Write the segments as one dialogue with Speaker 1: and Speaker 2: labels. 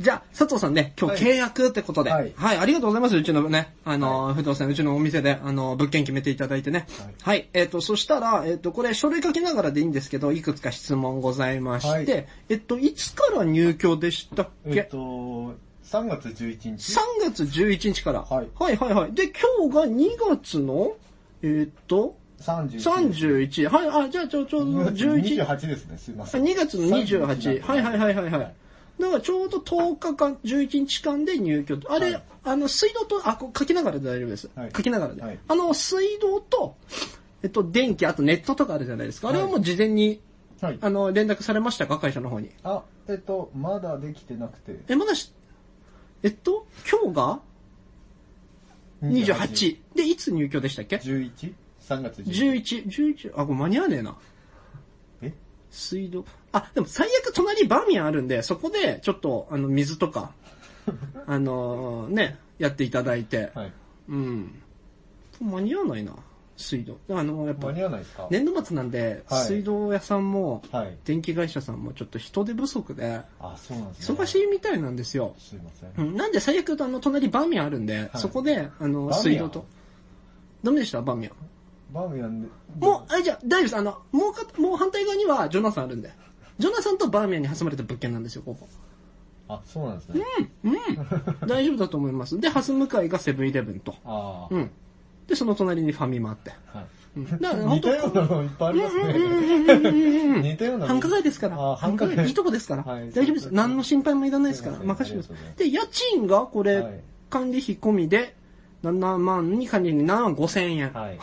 Speaker 1: じゃあ、佐藤さんね、今日
Speaker 2: はい
Speaker 1: 契約ってことで、は
Speaker 2: はいい、
Speaker 1: ありがとうございます。うちのね、あのー、不動産、うちのお店で、あのー、物件決めていただいてね。はい、えっ、と、そしたら、えっ、と、これ書類書きながらでいいんですけど、いくつか質問ございまして、
Speaker 2: はい
Speaker 1: えっと、いつから入居でしたっけ、
Speaker 2: えっと、3月11日。
Speaker 1: 3月11日から。
Speaker 2: はい
Speaker 1: はいはいはいで、今日が2月の、えーっと、
Speaker 2: 31
Speaker 1: 31。はい、あ、じゃあちょ、ちょうど11。
Speaker 2: 28ですね、すいま
Speaker 1: あ
Speaker 2: せん。
Speaker 1: 2月の28。
Speaker 2: 31
Speaker 1: はいはいはいはいはい。だからちょうど10日間、11日間で入居。あれ、
Speaker 2: はい
Speaker 1: あの、水道と、あ、こう書きながらで大丈夫です。
Speaker 2: はい
Speaker 1: 書きながらで、
Speaker 2: はい
Speaker 1: あの、水道と、えっと、電気、あとネットとかあるじゃないですか。あれはもう事前に、
Speaker 2: はい。
Speaker 1: あの、連絡されましたか会社の方に。
Speaker 2: あ、えっと、まだできてなくて。
Speaker 1: え、まだし、えっと、今日が28。で、いつ入居でしたっけ
Speaker 2: 11?3 月11。
Speaker 1: 11、11、あ、これ間に合わねえな。
Speaker 2: え
Speaker 1: 水道。あ、でも最悪隣バーミヤンあるんで、そこでちょっと、あの、水と か、あのーね、やっていただいて。
Speaker 2: はい。
Speaker 1: うん。間に合わないな、水道。あの、やっぱ
Speaker 2: 間に、合わないですか
Speaker 1: 年度末なんで、
Speaker 2: はい
Speaker 1: 水道屋さんも、
Speaker 2: はい。
Speaker 1: 電気会社さんもちょっと人手不足で、
Speaker 2: あ、そうなんですね。
Speaker 1: 忙しいみたいなんですよ。
Speaker 2: すいません。
Speaker 1: うん、なんで最悪あの、隣バーミヤンあるんで、
Speaker 2: い
Speaker 1: そこで、あの、
Speaker 2: バーミ
Speaker 1: 水
Speaker 2: ヤン
Speaker 1: 道と。ダメでしたバーミヤン。
Speaker 2: バーミヤンで。
Speaker 1: もう、あれじゃあ、大丈夫です。あの、もうか、もう反対側にはジョナサンあるんで。ジョナサンとバーミヤンに挟まれた物件なんですよ、 ここ。
Speaker 2: あ、そうなんですね。
Speaker 1: うん。大丈夫だと思います。で、ハス向かいがセブンイレブンと。
Speaker 2: ああ。
Speaker 1: うん。で、その隣にファミマあって。
Speaker 2: はい。
Speaker 1: うん。だから、本
Speaker 2: 似
Speaker 1: 当
Speaker 2: たようなのいっぱいありますね。似たようなの。
Speaker 1: 繁華街ですから。
Speaker 2: あー
Speaker 1: 繁
Speaker 2: 繁
Speaker 1: 華
Speaker 2: 華
Speaker 1: 街。
Speaker 2: 街。
Speaker 1: いいとこですから。
Speaker 2: はい
Speaker 1: 大丈夫です。何の心配もいらないですから。
Speaker 2: そうですね
Speaker 1: 任せてくださ
Speaker 2: ありが
Speaker 1: い。で、家賃がこれ、
Speaker 2: はい
Speaker 1: 管理費込みで、7万に管理費7万5千円。
Speaker 2: はい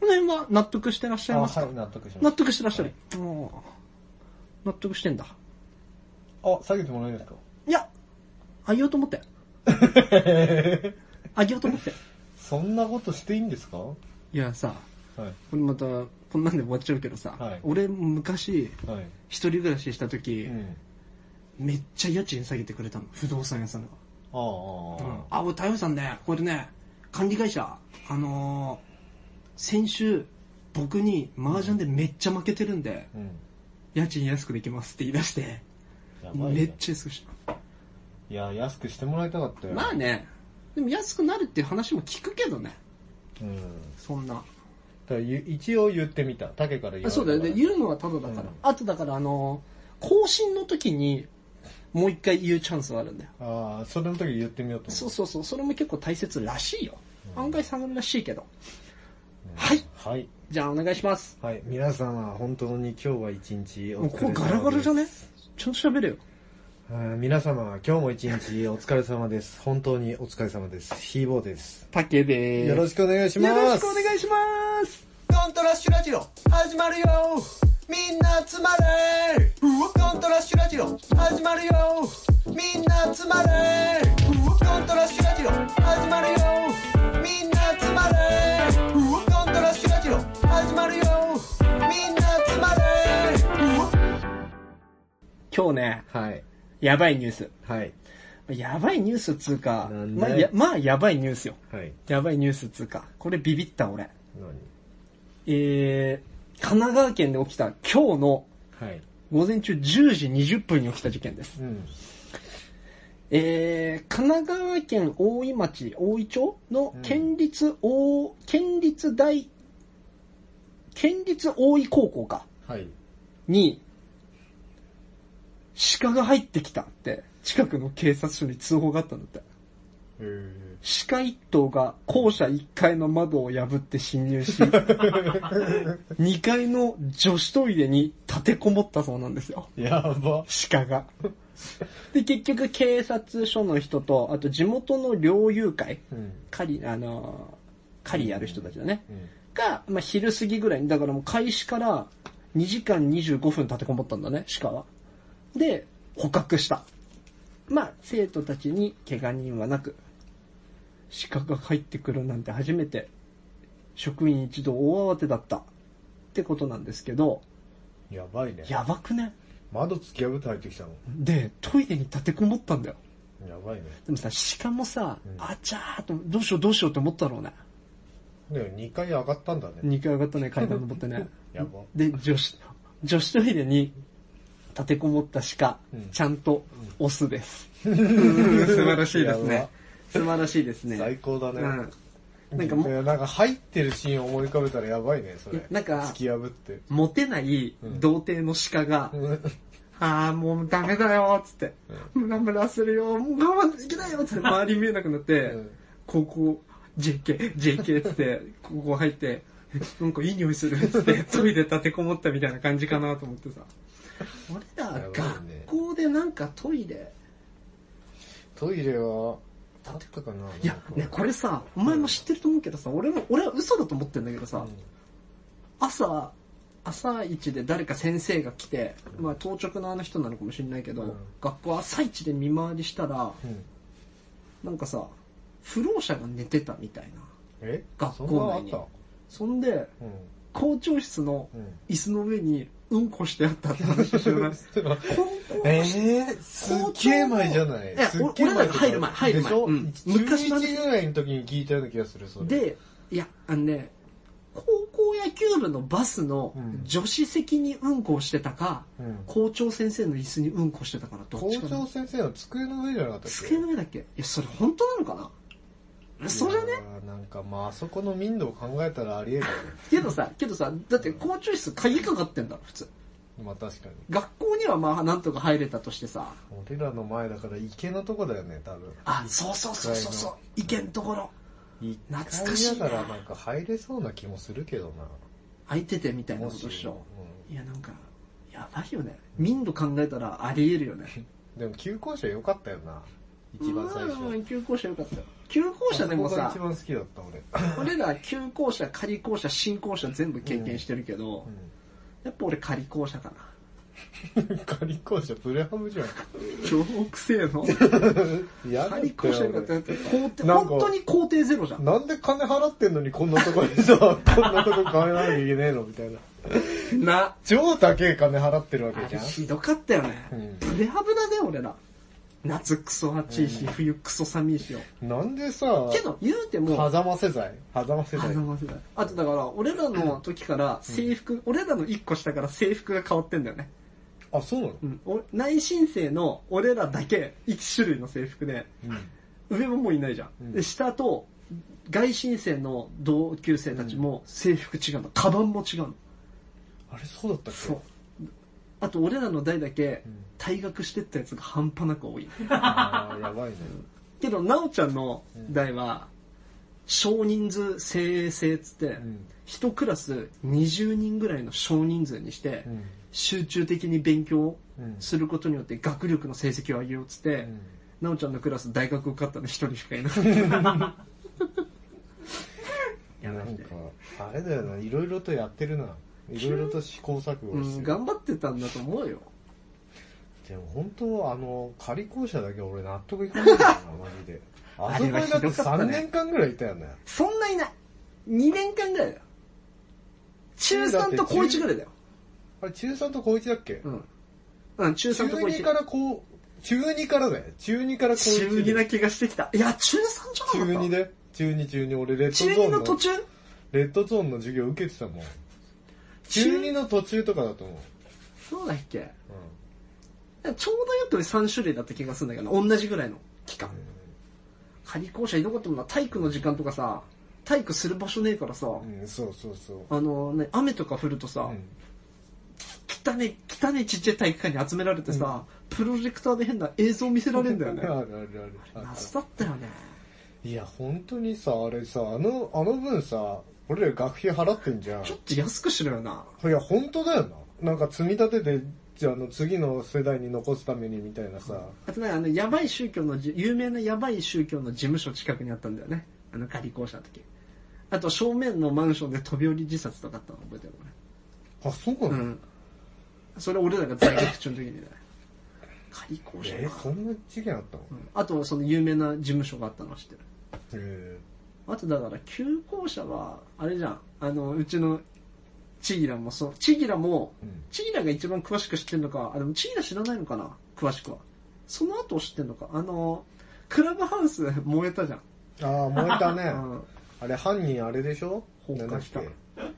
Speaker 1: この辺は納得してらっしゃいますか、
Speaker 2: あはい、納得し
Speaker 1: 納
Speaker 2: まし
Speaker 1: 得してらっしゃる。おー納得してんだ。
Speaker 2: た。あ、下げてもらえるんですか
Speaker 1: いや、あげようと思って。あげようと思って。
Speaker 2: そんなことしていいんですかはい
Speaker 1: やさ、
Speaker 2: い。
Speaker 1: これまた、こんなんで終わっちゃうけどさ、
Speaker 2: はい
Speaker 1: 俺昔、
Speaker 2: はい。
Speaker 1: 一人暮らしした時
Speaker 2: う、ん。
Speaker 1: めっちゃ家賃下げてくれたの、不動産屋さんが。
Speaker 2: ああ、あ
Speaker 1: あ、俺、太陽さんね、これね、管理会社、あのー、先週、僕に麻雀でめっちゃ負けてるんで、
Speaker 2: あ。うん。
Speaker 1: 家賃安くできますって言い出して、
Speaker 2: やばい
Speaker 1: めっ
Speaker 2: ね。
Speaker 1: ちゃ安くした。
Speaker 2: いや、安くしてもらいたかったよ。
Speaker 1: まあね、でも安くなるっていう話も聞くけどね、
Speaker 2: うん。だ
Speaker 1: そんな。
Speaker 2: からゆ一応言ってみた。竹から言われたから
Speaker 1: そうだよね、言うのはただだから。
Speaker 2: うん
Speaker 1: あとだから、あの、更新の時に、もう一回言うチャンスはあるんだよ。
Speaker 2: ああ、それの時言ってみようと思
Speaker 1: そうそうそう、それも結構大切らしいよ。案外下がるらしいけど。はい。
Speaker 2: はい。
Speaker 1: じゃあお願いします。
Speaker 2: はい。皆様、本当に今日は一日お
Speaker 1: もう
Speaker 2: 疲れ様で
Speaker 1: こ
Speaker 2: す。
Speaker 1: こガラガラじゃねちゃんと喋れよ。
Speaker 2: あー皆様、今日も一日お疲れ様です。本当にお疲れ様です。ヒーボーです。
Speaker 1: タケでーす。
Speaker 2: よろしくお願いしま
Speaker 1: よ
Speaker 2: す。
Speaker 1: ろしくお願いします。
Speaker 3: コントラッシュラジオ始まるよみんな集まれコントラッシュラジオ始まるよみんな集まれコントラッシュラジオ始まるよみんな集まれコントラッシュラジオ始まるよみんな集まれ
Speaker 1: 今日ね、
Speaker 2: はい。
Speaker 1: やばいニュース。
Speaker 2: はい。
Speaker 1: やばいニュースっつうか、
Speaker 2: なん
Speaker 1: ま
Speaker 2: だ
Speaker 1: あ
Speaker 2: い
Speaker 1: や、まあやばいニュースよ。
Speaker 2: はい。
Speaker 1: やばいニュースっつうか、これビビった俺。
Speaker 2: 何
Speaker 1: えー、神奈川県で起きた今日の
Speaker 2: はい。
Speaker 1: 午前中10時20分に起きた事件です。
Speaker 2: うん。
Speaker 1: えー、神奈川県大井町、大井町の県立大、県立大、県立大井高校か、
Speaker 2: はい。
Speaker 1: に、鹿が入ってきたって、近くの警察署に通報があったんだって。
Speaker 2: えー
Speaker 1: 鹿一頭が校舎1階の窓を破って侵入し、2階の女子トイレに立てこもったそうなんですよ。
Speaker 2: やば。
Speaker 1: 鹿が。 で、結局警察署の人と、あと地元の猟友会、
Speaker 2: うん。
Speaker 1: 狩り、あのー狩りやる人たちだね。
Speaker 2: うん。
Speaker 1: が、まあ、昼過ぎぐらいに、だからもう開始から2時間25分立てこもったんだね、鹿は。で、捕獲した。まあ、生徒たちに怪我人はなく、鹿が入ってくるなんて初めて、職員一同大慌てだった。ってことなんですけど、
Speaker 2: やばいね。
Speaker 1: やばくね
Speaker 2: 窓突き破って入ってきたの。
Speaker 1: で、トイレに立てこもったんだよ。
Speaker 2: やばいね。
Speaker 1: でもさ、鹿もさ、
Speaker 2: うん
Speaker 1: あちゃーっと、どうしようどうしようって思ったろうね。
Speaker 2: でも2階上がったんだね。
Speaker 1: 2階上がったね、階段登ってね。
Speaker 2: やば。
Speaker 1: で、女子、女子トイレに立てこもった鹿、
Speaker 2: うん
Speaker 1: ちゃんとオス です。うん素晴らしいです
Speaker 2: や
Speaker 1: ね
Speaker 2: ば。
Speaker 1: 素晴らしいですね。
Speaker 2: 最高だね。
Speaker 1: うん。なんかも
Speaker 2: いやなんか入ってるシーン思い浮かべたらやばいね、それ。
Speaker 1: なんか
Speaker 2: 突き破って。
Speaker 1: モテない童貞の鹿が、ああ、もうダメだよ、つって。ムラムラするよ、もう我慢できないよ、つって。周り見えなくなって
Speaker 2: うん、
Speaker 1: 高校、JK、JK つって、高校入って、なんかいい匂いする、つって、トイレ立てこもったみたいな感じかなと思ってさ。俺ら、
Speaker 2: やばいね
Speaker 1: 学校でなんかトイレ、
Speaker 2: トイレは、立てたかない
Speaker 1: や、ね、これさ、お前も知ってると思うけどさ、俺も、俺は嘘だと思ってんだけどさ、朝、朝一で誰か先生が来て、まあ当直のあの人なのかもしれないけど、
Speaker 2: うん
Speaker 1: 学校朝一で見回りしたら、
Speaker 2: うん
Speaker 1: なんかさ、不老者が寝てたみたいな。
Speaker 2: え
Speaker 1: 学校
Speaker 2: そんなのあ
Speaker 1: 内
Speaker 2: っ
Speaker 1: に
Speaker 2: た
Speaker 1: そんで、
Speaker 2: う
Speaker 1: 校長室の
Speaker 2: ん。うん。
Speaker 1: 椅子の上にうんこしてあったって話知ら ない高校
Speaker 2: えぇ、すっげえ前じゃない
Speaker 1: いや
Speaker 2: すっげえ
Speaker 1: 俺俺ら
Speaker 2: 前
Speaker 1: が入る前入る前
Speaker 2: でしょ
Speaker 1: うん昔の
Speaker 2: ?11 時ぐらいの時に聞いたような気がする、それ。、
Speaker 1: で、いや、あのね、高校野球部のバスの
Speaker 2: うん
Speaker 1: 女子席にうんこをしてたか、
Speaker 2: うん
Speaker 1: 校長先生の椅子にうんこしてたからどっ
Speaker 2: 校
Speaker 1: ちかな
Speaker 2: 長。先生の机の上じゃなかったっけ
Speaker 1: 机の上だっけいや、それ本当なのかな嘘じゃね
Speaker 2: いやーなんかまあ、あそこの民度を考えたらありえない。
Speaker 1: けどさ、けどさ、だって校長室鍵かかってんだろ、普通。
Speaker 2: まあ確かに。
Speaker 1: 学校にはまあ、なんとか入れたとしてさ。
Speaker 2: 俺らの前だから池のとこだよね、多分。
Speaker 1: あ、そうそうそうそうそう。意見ところ。懐かしいな
Speaker 2: 一回だからなんか入れそうな気もするけど
Speaker 1: 空いててみた
Speaker 2: な。
Speaker 1: いな
Speaker 2: も
Speaker 1: こ
Speaker 2: し
Speaker 1: とでしょ。
Speaker 2: う
Speaker 1: いや、なんか、やばいよね。民度考えたらあり得るよね。
Speaker 2: んでも休校舎良かったよな。一番最
Speaker 1: う
Speaker 2: 初。
Speaker 1: ん、休校舎よかったよ。休校舎でも
Speaker 2: あ
Speaker 1: さ
Speaker 2: そこ、が一番好きだった俺。
Speaker 1: 俺ら旧校舎、仮校舎、新校舎全部経験してるけど、やっぱ俺仮校舎かな。
Speaker 2: うん仮校舎プレハブ じゃん。
Speaker 1: 超くせえの。
Speaker 2: やだっ
Speaker 1: 仮
Speaker 2: た
Speaker 1: 校舎
Speaker 2: よ
Speaker 1: よかった
Speaker 2: 俺
Speaker 1: やつ。校庭、
Speaker 2: なんか
Speaker 1: 本当に校庭ゼロじゃん。
Speaker 2: なんで金払ってんのにこんなとこにさ、こんなとこ買えなきゃいけねえのみたいな。
Speaker 1: な。
Speaker 2: 超高え金払ってるわ
Speaker 1: あ
Speaker 2: けじ
Speaker 1: れ
Speaker 2: ゃん。
Speaker 1: ひどかったよね。
Speaker 2: うん
Speaker 1: プレハブだね、俺ら。夏クソ暑いし、冬クソ寒いしよ。
Speaker 2: なんでさ、
Speaker 1: けど、言うても、
Speaker 2: 狭間世代狭間世代
Speaker 1: あ。の世代あとだから、俺らの時から制服、俺らの一個下から制服が変わってんだよね。
Speaker 2: あ、そうなの
Speaker 1: うん、お内申生の俺らだけ一種類の制服で、上ももういないじゃん。
Speaker 2: うん
Speaker 1: で下と外申生の同級生たちも制服違うの。カバンも違うの。
Speaker 2: あれそうだったっ
Speaker 1: そう。あと俺らの代だけ
Speaker 2: ん
Speaker 1: 退学してったやつが半端なく 多い。
Speaker 2: けあーや ばいね。
Speaker 1: けど、なおちゃんの代は、少人数精鋭制っつって、
Speaker 2: ん
Speaker 1: 一クラス20人ぐらいの少人数にして、
Speaker 2: うん
Speaker 1: 集中的に勉強を
Speaker 2: うん
Speaker 1: することによって学力の成績を上げようっつって、
Speaker 2: ん
Speaker 1: なおちゃんのクラス大学受かったの一人しかいなかった。や
Speaker 2: な
Speaker 1: ばい
Speaker 2: ん
Speaker 1: ね
Speaker 2: か、あれだよな、いろいろとやってるな。いろいろと試行錯
Speaker 1: う
Speaker 2: 誤して
Speaker 1: ん、
Speaker 2: る。
Speaker 1: 頑張ってたんだと思うよ。
Speaker 2: でも本当、あの、仮校舎だけ俺納得いかないんだ よな、マジで。あ
Speaker 1: あ
Speaker 2: そこ
Speaker 1: れ
Speaker 2: にだ
Speaker 1: は
Speaker 2: っ
Speaker 1: ひ
Speaker 2: て
Speaker 1: どかったね
Speaker 2: 3年間ぐらいいたよね。
Speaker 1: そんないない。2年間ぐらいだよ。中3と高1ぐらいだよ。
Speaker 2: あれ、中3と高1だっけ
Speaker 1: うん。うん、中
Speaker 2: 中
Speaker 1: 3と高
Speaker 2: 2
Speaker 1: 1。
Speaker 2: から高、中2からだよ。中2から高1。
Speaker 1: 中2な気がしてきた。いや、中3じゃなかった
Speaker 2: 中2で。中2中2、俺レッドゾ
Speaker 1: 中
Speaker 2: ー
Speaker 1: 2
Speaker 2: ン
Speaker 1: の
Speaker 2: の
Speaker 1: 途、中
Speaker 2: レッドゾーンの授業受けてたもん。中2の途中とかだと思う。
Speaker 1: そうだっけ
Speaker 2: うん
Speaker 1: ちょうどよく3種類だった気がするんだけど、同じぐらいの期間。仮校舎ひどかったもんな、体育の時間とかさ、体育する場所ねえからさ、
Speaker 2: うん、そうそうそう。
Speaker 1: あのね、雨とか降るとさ、
Speaker 2: うん
Speaker 1: 汚ね、汚ねちっちゃい体育館に集められてさ、プロジェクターで変な映像見せられんだよね
Speaker 2: あ。るあるある。
Speaker 1: 謎だったよね。
Speaker 2: いや、本当にさ、あれさ、あの、あの分さ、俺ら学費払ってんじゃん。
Speaker 1: ちょっと安くしろよな。
Speaker 2: いや、本当だよな。なんか積み立てて、じゃあ、あの、次の世代に残すためにみたいなさ。
Speaker 1: あとね、あの、やばい宗教のじ、有名なやばい宗教の事務所近くにあったんだよね。あの仮校舎の時。あと正面のマンションで飛び降り自殺とかあったの覚えてるこれ。
Speaker 2: あ、そうなの、
Speaker 1: うん。それ俺らが在学中の時にね。仮校舎
Speaker 2: え
Speaker 1: な
Speaker 2: そんな事件あったの、
Speaker 1: うんあと、その有名な事務所があったのは知ってる。
Speaker 2: え
Speaker 1: あと、だから、旧校舎は、あれじゃん。あの、うちの、チギラもそう。チギラも、
Speaker 2: うん
Speaker 1: チギラが一番詳しく知ってるのか、あ、でもチギラ知らないのかな詳しくは。その後知ってるのか。あの、クラブハウス燃えたじゃん。
Speaker 2: ああ、燃えたね。
Speaker 1: うん
Speaker 2: あれ、犯人あれでしょ
Speaker 1: 放
Speaker 2: なんだ
Speaker 1: 火
Speaker 2: っ
Speaker 1: した。い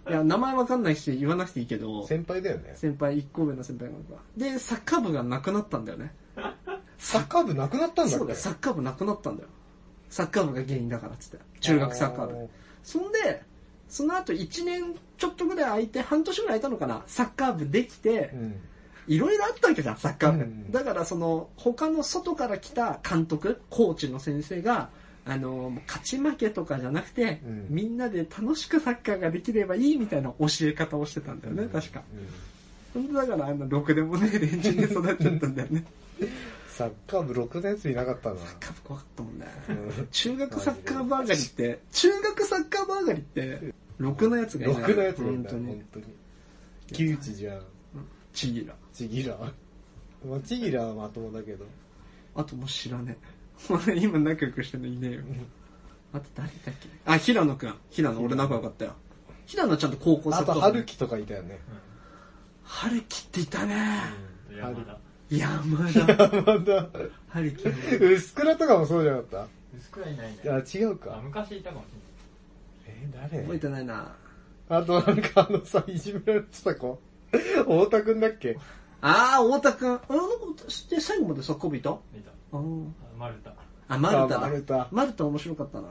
Speaker 2: け
Speaker 1: や、名前わかんないし、言わなくていいけど。
Speaker 2: 先輩だよね。
Speaker 1: 先輩、一個上の先輩が。で、サッカー部がなくなったんだよね。
Speaker 2: サッカー部なくなったんだっけ
Speaker 1: そうだよ、サッカー部なくなったんだよ。サッカー部が原因だからっつって。中学サッカー部。そんで、その後1年ちょっとぐらい空いて、半年ぐらい空いたのかな、サッカー部できて、
Speaker 2: うん
Speaker 1: いろいろあったわけじゃん、サッカー部。
Speaker 2: うん
Speaker 1: だから、その、他の外から来た監督、コーチの先生が、あの、勝ち負けとかじゃなくて、
Speaker 2: うん
Speaker 1: みんなで楽しくサッカーができればいいみたいな教え方をしてたんだよね、確か。
Speaker 2: うん
Speaker 1: 本当だから、あの、ろくでもねえ連中で育っちゃったんだよね。
Speaker 2: サッカー部6年生いなかったな
Speaker 1: サッカー部怖かったもんね。
Speaker 2: うん
Speaker 1: 中学サッカーバーガリって、中学サッカーバーガリって、ろくなやつがいない。
Speaker 2: ろくなやつがい
Speaker 1: 本
Speaker 2: た
Speaker 1: 当に
Speaker 2: 本。当に木内じゃん
Speaker 1: ちぎら。
Speaker 2: ちぎらまあちぎらはまともだけど
Speaker 1: あともう知らねえ。俺今仲良くしてるのいねえよ。あと誰だっけあ、平野くん。平野、俺仲良かったよ。平野ちゃんと高校
Speaker 2: あ
Speaker 1: サッカー部。
Speaker 2: と春樹とかいたよね
Speaker 1: 春樹っていたね。
Speaker 4: 山田
Speaker 1: 山田。
Speaker 2: まだ
Speaker 1: 春樹。
Speaker 2: 薄倉とかもそうじゃなかっ
Speaker 4: 薄くはいないね
Speaker 2: たあ違う
Speaker 4: あ
Speaker 2: か
Speaker 4: 昔いたかもし
Speaker 2: え
Speaker 1: 覚え
Speaker 2: 誰
Speaker 1: てないな。
Speaker 2: あとなんかあのさいじめられてた子太田くんだっけ
Speaker 1: あー、太田くん。あの子、で最後までサッカー部いたあ
Speaker 4: れないいた
Speaker 1: ー
Speaker 4: あマルタ
Speaker 1: あ、マルタ
Speaker 2: あ
Speaker 1: だ。
Speaker 2: マルタ
Speaker 1: マルタ面白かったな。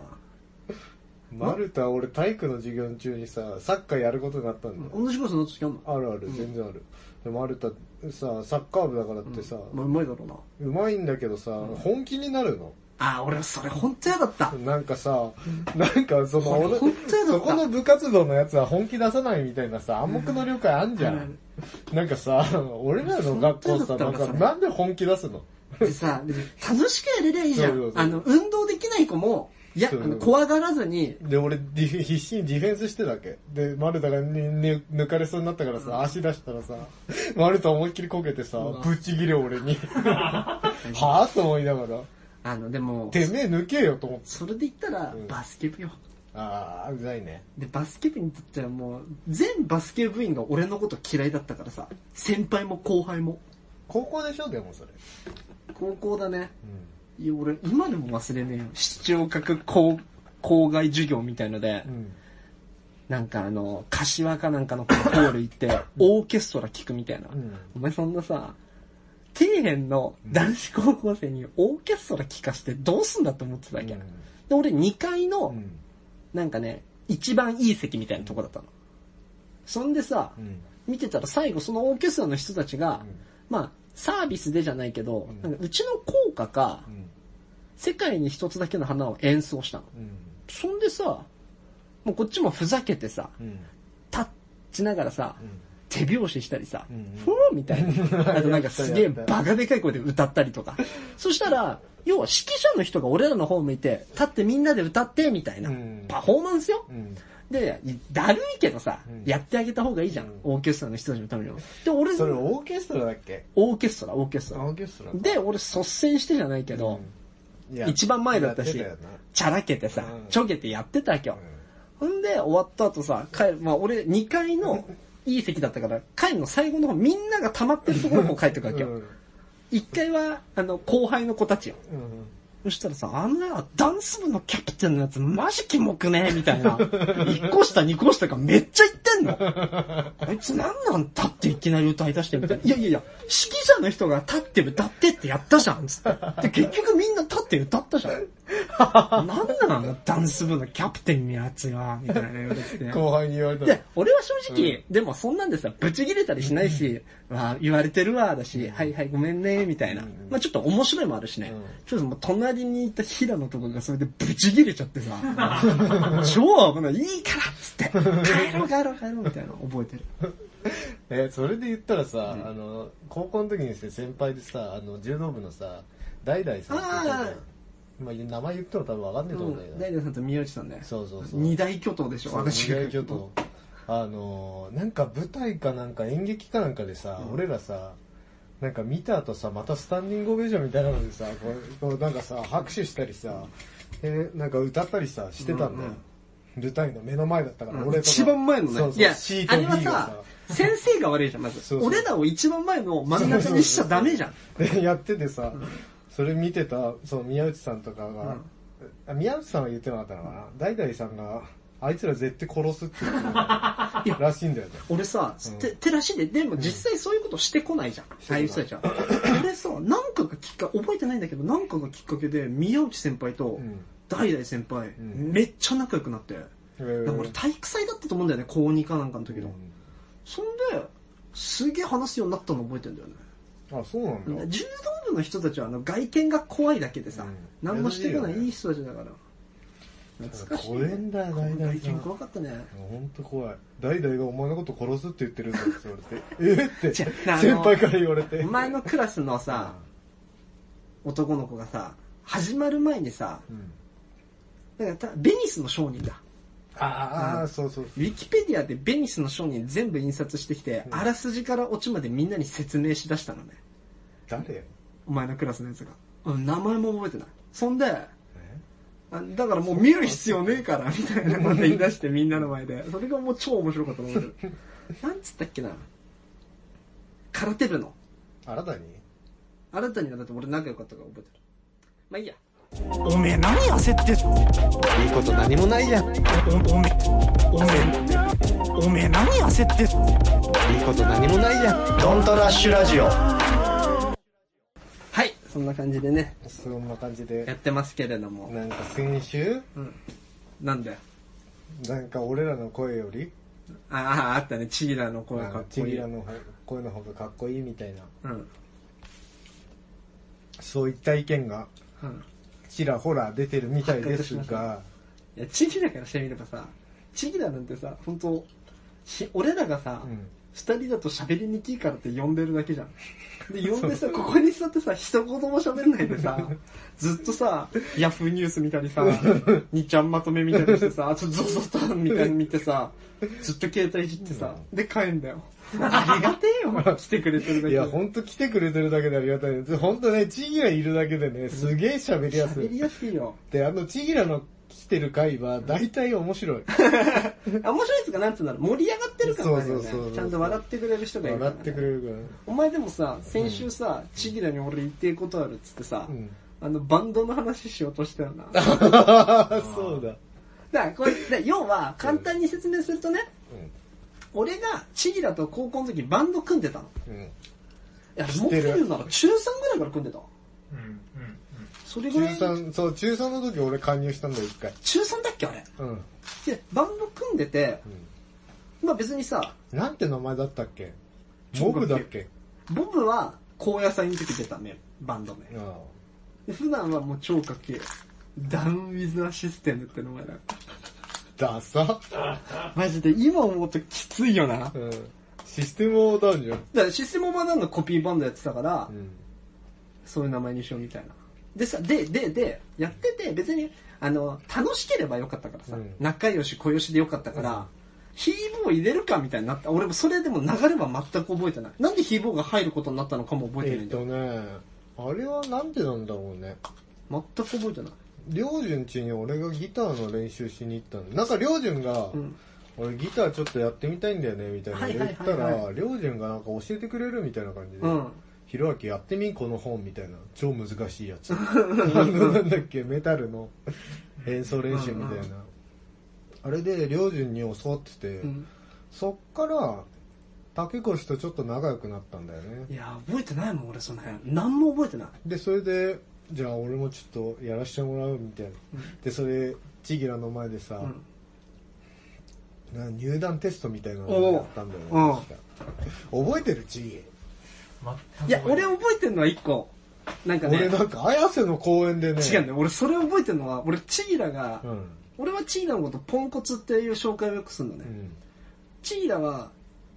Speaker 2: マルタ俺体育の授業中にさサッカーやることになったんだよ
Speaker 1: 同じコースになった時あんの
Speaker 2: あるある全然あるでマルタさサッカー部だからってさ
Speaker 1: まあ、うまいだろうな。
Speaker 2: うまいんだけどさ本気になるの
Speaker 1: あー、俺それ本当嫌だった。
Speaker 2: なんかさ、なんかその、
Speaker 1: ほん
Speaker 2: 俺
Speaker 1: ほんとやだ
Speaker 2: そこの部活動のやつは本気出さないみたいなさ、暗黙の了解あんじゃ
Speaker 1: ある
Speaker 2: ん。なんかさ、俺らの学校さ、
Speaker 1: ほ
Speaker 2: な
Speaker 1: とやだった
Speaker 2: んん
Speaker 1: んだ
Speaker 2: か
Speaker 1: それ
Speaker 2: なんで本気出すの
Speaker 1: でさ、で楽しくやれりゃいいじゃ
Speaker 2: そうそ
Speaker 1: ん
Speaker 2: う。そう
Speaker 1: あの、運動できない子も、いや、あ
Speaker 2: そうそう
Speaker 1: の、怖がらずに、
Speaker 2: で、俺ディフ必死にディフェンスしてたわけ。で、マルタがにに抜かれそうになったからさ、足出したらさ、マルタ思いっきりこけてさ、ぶち切れ俺に。はぁと思いながら、
Speaker 1: あの、でも、
Speaker 2: てめえ抜けよと思って。
Speaker 1: それで言ったら
Speaker 2: うん、
Speaker 1: バスケ部よ。
Speaker 2: あー、うざいね。
Speaker 1: で、バスケ部にとってはもう、全バスケ部員が俺のこと嫌いだったからさ、先輩も後輩も。
Speaker 2: 高校でしょでもそれ。
Speaker 1: 高校だね。
Speaker 2: うん
Speaker 1: いや、俺、今でも忘れねえよ。視聴覚校、校外授業みたいので、
Speaker 2: うん。
Speaker 1: なんかあの、柏かなんかのホール行って、オーケストラ聴くみたいな。
Speaker 2: うん
Speaker 1: お前そんなさ、底辺の男子高校生にオーケストラ聴かしてどうすんだと思ってたわけ。
Speaker 2: うん
Speaker 1: で、俺2階の
Speaker 2: う、ん。
Speaker 1: なんかね、一番いい席みたいなとこだったの。そんでさ
Speaker 2: う、ん。
Speaker 1: 見てたら最後そのオーケストラの人たちが、
Speaker 2: うん
Speaker 1: まあ、サービスでじゃないけど、
Speaker 2: ん
Speaker 1: なんかうちの校歌か、
Speaker 2: うん。
Speaker 1: 世界に一つだけの花を演奏したの。
Speaker 2: うん。
Speaker 1: そんでさ、もうこっちもふざけてさ、
Speaker 2: うん。
Speaker 1: 立ちながらさ、手拍子したりさ、
Speaker 2: うんうん
Speaker 1: ふォーみたい な。あとなんかすげえバカでかい声で歌ったりとか。そしたら、要は指揮者の人が俺らの方向いて、立ってみんなで歌って、みたいな
Speaker 2: うん。
Speaker 1: パフォーマンスよ
Speaker 2: う。ん。
Speaker 1: で、いだるいけどさ
Speaker 2: うん、
Speaker 1: やってあげた方がいいじゃん
Speaker 2: うん。
Speaker 1: オーケストラの人たちのためにも。で、俺、
Speaker 2: それオーケストラだっけ
Speaker 1: オーケストラ、オーケストラ。
Speaker 2: ーケストラ
Speaker 1: で、俺率先してじゃないけど、
Speaker 2: いや
Speaker 1: 一番前だったし
Speaker 2: やてたよな
Speaker 1: ちゃらけてさ
Speaker 2: うん、
Speaker 1: ちょけてやってたわけよ
Speaker 2: う。ん
Speaker 1: ほんで、終わった後さ、帰る、まあ俺2階のいい席だったから、帰るの最後の方みんなが溜まってるところにこう帰ってくわけよ。
Speaker 2: うん
Speaker 1: 1階は、あの、後輩の子たちよ。
Speaker 2: うん
Speaker 1: そしたらさ、あのな、ダンス部のキャプテンのやつマジキモくねみたいな。1個下2個下がめっちゃ言ってんの。あいつなんなん立っていきなり歌い出してみたいな。いやいやいや、指揮者の人が立って歌ってってやったじゃん。つって。で、結局みんな立って歌ったじゃん。なんなんダンス部のキャプテンのやつが、みたいな言われてて。
Speaker 2: 後輩に言われたら
Speaker 1: で、俺は正直、でもそんなんでさ、ブチ切れたりしないし、まあ言われてるわ、だし、はいはいごめんね、みたいな。まあちょっと面白いもあるしね。
Speaker 2: うん
Speaker 1: ちょっともう隣にいた平野とかがそれでブチ切れちゃってさ、超危ない、いいからっつって、帰ろう帰ろう帰ろうみたいな覚えてる。
Speaker 2: えそれで言ったらさあの高校の時にさ先輩でさあの柔道部のさ代々さんって言ってたじゃん
Speaker 1: あ
Speaker 2: まあ名前言っても多分わかんねえと思うんだけど
Speaker 1: 大悟さんと宮内さんね。
Speaker 2: そうそうそう
Speaker 1: 二大巨頭でしょ、私が。
Speaker 2: 意外ちょっとあのーなんか舞台かなんか演劇かなんかでさ、俺らさなんか見た後さまたスタンディングオベーションみたいなのでさこうこうなんかさ拍手したりさ、えーなんか歌ったりさしてたんだよ、舞台の目の前だったから、俺とか
Speaker 1: 一番前の
Speaker 2: そう
Speaker 1: ね。
Speaker 2: そう
Speaker 1: いや
Speaker 2: C、と
Speaker 1: あ
Speaker 2: B
Speaker 1: れは
Speaker 2: が
Speaker 1: さ
Speaker 2: さ、
Speaker 1: 先生が悪いじゃん、まず
Speaker 2: そう。そう
Speaker 1: 俺らを一番前の真ん中にしちゃダメじゃん。
Speaker 2: で やっててさ、それ見てたそう宮内さんとかが、あ宮内さんは言ってなかったのかな大々さんがあいつら絶対殺すって言ってるらしいんだよね。
Speaker 1: 俺さ、
Speaker 2: うん
Speaker 1: て、てらしいで、でも実際そういうことしてこないじゃん。ああいう人 たちは。俺さ、なんかがきっかけ、覚えてないんだけど、なんかがきっかけで、宮内先輩と
Speaker 2: う、ん
Speaker 1: 代々先輩、
Speaker 2: うん
Speaker 1: めっちゃ仲良くなって。
Speaker 2: え
Speaker 1: でも俺
Speaker 2: ー
Speaker 1: 体育祭だったと思うんだよね、高2かなんかの時の。
Speaker 2: うん
Speaker 1: そんで、すげえ話すようになったの覚えてんだよね。
Speaker 2: あ、そうなんだ。
Speaker 1: 柔道部の人たちはあの外見が怖いだけでさ、
Speaker 2: うん
Speaker 1: 何もしてこない
Speaker 2: 優しいよね
Speaker 1: いい人たちだから。懐かしい、
Speaker 2: 怖えんだよ
Speaker 1: この
Speaker 2: 代々
Speaker 1: 外
Speaker 2: さん
Speaker 1: 見怖かったね。
Speaker 2: ほんと怖い。代々がお前のこと殺すって言ってるんだって言わ れて、えーって
Speaker 1: じゃああの
Speaker 2: 先輩から言われ
Speaker 1: お
Speaker 2: て。
Speaker 1: 前のクラスのさ、男の子がさ、始まる前にさ、
Speaker 2: うん
Speaker 1: だからたベニスの商人だ。
Speaker 2: ああ、そうそう。
Speaker 1: ウィキペディアでベニスの商人全部印刷してきて、
Speaker 2: うん
Speaker 1: あらすじからオチまでみんなに説明しだしたのね。
Speaker 2: 誰よ
Speaker 1: お前のクラスのやつが。うん名前も覚えてない。そんで、
Speaker 2: え
Speaker 1: あだからもう見る必要ねえから、みたいなこと言い出してみんなの前で。それがもう超面白かったの覚えてる。なんつったっけな。空手部の。
Speaker 2: 新たに
Speaker 1: 新たになって俺仲良かったから覚えてる。まあいいや。
Speaker 5: おめえ何焦って
Speaker 2: いいこと何もないじゃん。いい
Speaker 5: おおめおめおめえ何焦って
Speaker 2: こと何もないじゃん。
Speaker 4: ドントラッシュラジオ
Speaker 1: はい、そんな感じでね、
Speaker 2: そんな感じ
Speaker 1: やっ
Speaker 2: で。
Speaker 1: てますけれども。
Speaker 2: なんか先週、
Speaker 1: なんだよ。
Speaker 2: なんか俺らの声より、
Speaker 1: ああ、あったね。チギラの声
Speaker 2: あ
Speaker 1: か
Speaker 2: の
Speaker 1: っ
Speaker 2: チ
Speaker 1: こい
Speaker 2: ギ
Speaker 1: い。
Speaker 2: ラの方声の方がかっこいいみたいな、
Speaker 1: うん。うん。
Speaker 2: そういった意見がちらほら出てるみたいです
Speaker 1: 発覚
Speaker 2: が、
Speaker 1: いや、チギラからしてみればさ、チギラなんてさ、本当し俺らがさ
Speaker 2: うん、
Speaker 1: 二、人だと喋りにくいからって呼んでるだけじゃん。 で、呼んでさ、ここに座ってさ、一言も喋んないでさ、ずっとさ、ヤフーニュース見たり さ、にちゃんまとめ見たりしてさ、あとゾゾタンみたいなの見てさ、ずっと携帯いじってさ、で帰んだよ。ありがてえよ、来てくれてるだけ
Speaker 2: い
Speaker 1: で。
Speaker 2: や、ほんと来てくれてるだけでありがたいです。ほんとね、チギラいるだけでね、すげえ喋りやす
Speaker 1: 喋り
Speaker 2: い。
Speaker 1: やすいよ。
Speaker 2: で、あの、チギラの来てる回は、大体面白
Speaker 1: あ
Speaker 2: い。
Speaker 1: 面白いっすかなんつうんだろう盛り上がってる感があるよ
Speaker 2: そうそうそうそ
Speaker 1: ね
Speaker 2: う
Speaker 1: ちゃんと笑ってくれる人がいるから
Speaker 2: 笑
Speaker 1: ね
Speaker 2: ってくれるからね。
Speaker 1: お前でもさ先週さ、チギラに俺言ってえことあるっつってさ、
Speaker 2: うん。
Speaker 1: あのバンドの話しようとしたよ なだか
Speaker 2: ああ、そうだ。
Speaker 1: らこれで要は簡単に説明するとね、
Speaker 2: うん
Speaker 1: 俺がチギラと高校の時バンド組んでたの
Speaker 2: うん。
Speaker 1: いや
Speaker 2: 知
Speaker 1: も
Speaker 2: っ
Speaker 1: っと
Speaker 2: てる
Speaker 1: 言うなら中3ぐらいから組んでた
Speaker 4: うんうん
Speaker 1: それぐ
Speaker 2: 中
Speaker 1: らい中 3,
Speaker 2: 3、そう、中3の時俺加入したんだよ、一回。
Speaker 1: だっけあれ
Speaker 2: うん。
Speaker 1: でバンド組んでて、まあ別にさ
Speaker 2: なんて名前だったっけモブだっけ
Speaker 1: ボブは高野菜の時出たねバンド名
Speaker 2: あ
Speaker 1: で普段はもう超かっけえダウンウィズアシステムって名前だ
Speaker 2: あダサ。
Speaker 1: マジで今思うときついよなだか
Speaker 2: うん。システムオーダウンじゃん。
Speaker 1: らシステムオーバーダウンのコピーバンドやってたから、
Speaker 2: うん。
Speaker 1: そういう名前にしようみたいなでさでででやってて別にあの楽しければよかったからさ、
Speaker 2: うん
Speaker 1: 仲良し小良しでよかったから、
Speaker 2: うん
Speaker 1: ヒーボー入れるかみたいになった俺もそれでも流れは全く覚えてないなんでヒーボーが入ることになったのかも覚えて
Speaker 2: え
Speaker 1: ない
Speaker 2: っ
Speaker 1: んだよ、
Speaker 2: とね、あれはなんでなんだろうね。
Speaker 1: 全く覚えてない
Speaker 2: りょうじゅん家に俺がギターの練習しに行ったの。なんかりょうじゅんが、
Speaker 1: うん
Speaker 2: 俺ギターちょっとやってみたいんだよね、みたいな
Speaker 1: はいは
Speaker 2: 言
Speaker 1: い
Speaker 2: っ
Speaker 1: はい
Speaker 2: た
Speaker 1: はい
Speaker 2: ら、りょうじゅんがなんか教えてくれるみたいな感じで
Speaker 1: う、ん
Speaker 2: ひろあきやってみんこの本みたいな、超難しいや つ。あの、なんだっけ、メタルの演奏練習みたいな。あれで、りょうじゅんに教わってて
Speaker 1: う、ん
Speaker 2: そっから、竹越とちょっと仲良くなったんだよね
Speaker 1: い。や覚えてないもん俺その辺何も覚えてない
Speaker 2: でそれでじゃあ俺もちょっとやらしてもらうみたいな、でそれちぎらの前でさ、な入団テストみたいなのやったんだよね
Speaker 1: おう
Speaker 2: 確か覚えてるちぎ
Speaker 4: うん
Speaker 1: いや俺覚えてるのは一個なんかね
Speaker 2: 俺なんか綾瀬の公園でね
Speaker 1: 違うんだよ。俺それ覚えてるのは、俺チーラが、
Speaker 2: うん、
Speaker 1: 俺はチーラのことポンコツっていう紹介をよくするのね。
Speaker 2: うん
Speaker 1: チーラは、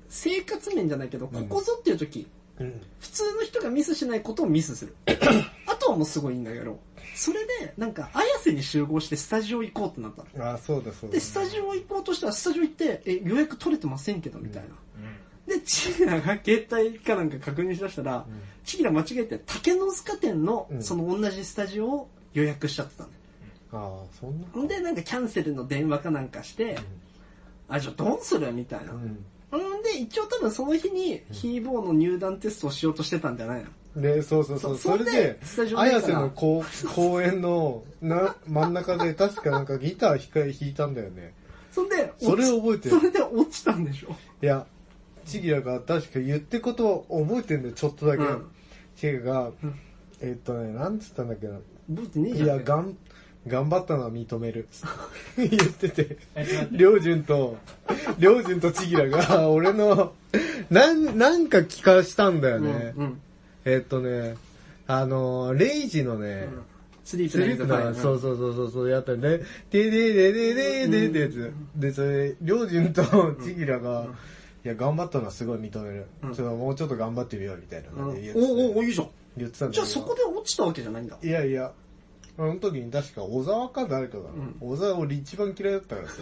Speaker 1: 生活面じゃないけど、ここぞっていう時、
Speaker 2: うん、
Speaker 1: 普通の人がミスしないことをミスする。 あとはもうすごいいいんだけど、それで、なんか、綾瀬に集合してスタジオ行こうってなったの。
Speaker 2: ああそうだそうだ
Speaker 1: で、スタジオ行こうとしたら、スタジオ行って、え、予約取れてませんけど、みたいな。で、チーラが携帯かなんか確認しだしたら、チーラ間違えて、竹の塚店の
Speaker 2: う、ん
Speaker 1: その同じスタジオを予約しちゃってたの。
Speaker 2: ああそんな
Speaker 1: ほんで、なんかキャンセルの電話かなんかして、あ、じゃあどうするみたいな。
Speaker 2: う
Speaker 1: ほ
Speaker 2: ん
Speaker 1: んで、一応多分その日に、ヒーボーの入団テストをしようとしてたんじゃないの
Speaker 2: で、そうそうそう。
Speaker 1: そそ
Speaker 2: そ
Speaker 1: れ
Speaker 2: れ
Speaker 1: で
Speaker 2: で
Speaker 1: スタジ、オに行
Speaker 2: 綾
Speaker 1: った
Speaker 2: 瀬
Speaker 1: ら
Speaker 2: の公 公園のな真ん中で確かなんかギター弾か弾いたんだよね。
Speaker 1: そんで、
Speaker 2: それを覚えてる
Speaker 1: それで落ちたんでしょ。
Speaker 2: いや、チギラが確か言ってことを覚えてるんだよ、ちょっとだけ。
Speaker 1: うん
Speaker 2: チギラが
Speaker 1: うん、
Speaker 2: えっとね、なんつったんだっけな。
Speaker 1: ブーツねえじゃ
Speaker 2: い
Speaker 1: ん。
Speaker 2: や、がん、頑張ったのは認める。 言ってて
Speaker 6: えちょっと待っ、て
Speaker 2: りょうじゅんと、りょうじゅんとちぎらが、俺の、なん、なんか聞かしたんだよ
Speaker 1: うん、
Speaker 2: ね。
Speaker 1: うん。
Speaker 2: えっとね、あの、レイジのね、
Speaker 1: スリー
Speaker 2: ス
Speaker 1: プ
Speaker 2: リープだ、そうそうそうそう、そうやったよね。ででででででででで、それ、りょうじゅんとちぎらが、いや、頑張ったのはすごい認める。
Speaker 1: うん
Speaker 2: それはもうちょっと頑張ってみよう、みたいな
Speaker 1: うん
Speaker 2: 感じで言ってたよね
Speaker 1: おおお、いいじゃん。
Speaker 2: 言ってたんだけ
Speaker 1: じゃ
Speaker 2: ど
Speaker 1: あそこで落ちたわけじゃないんだ。
Speaker 2: いやいや、あの時に確か小沢か誰かだな。小沢俺一番嫌いだったからさ。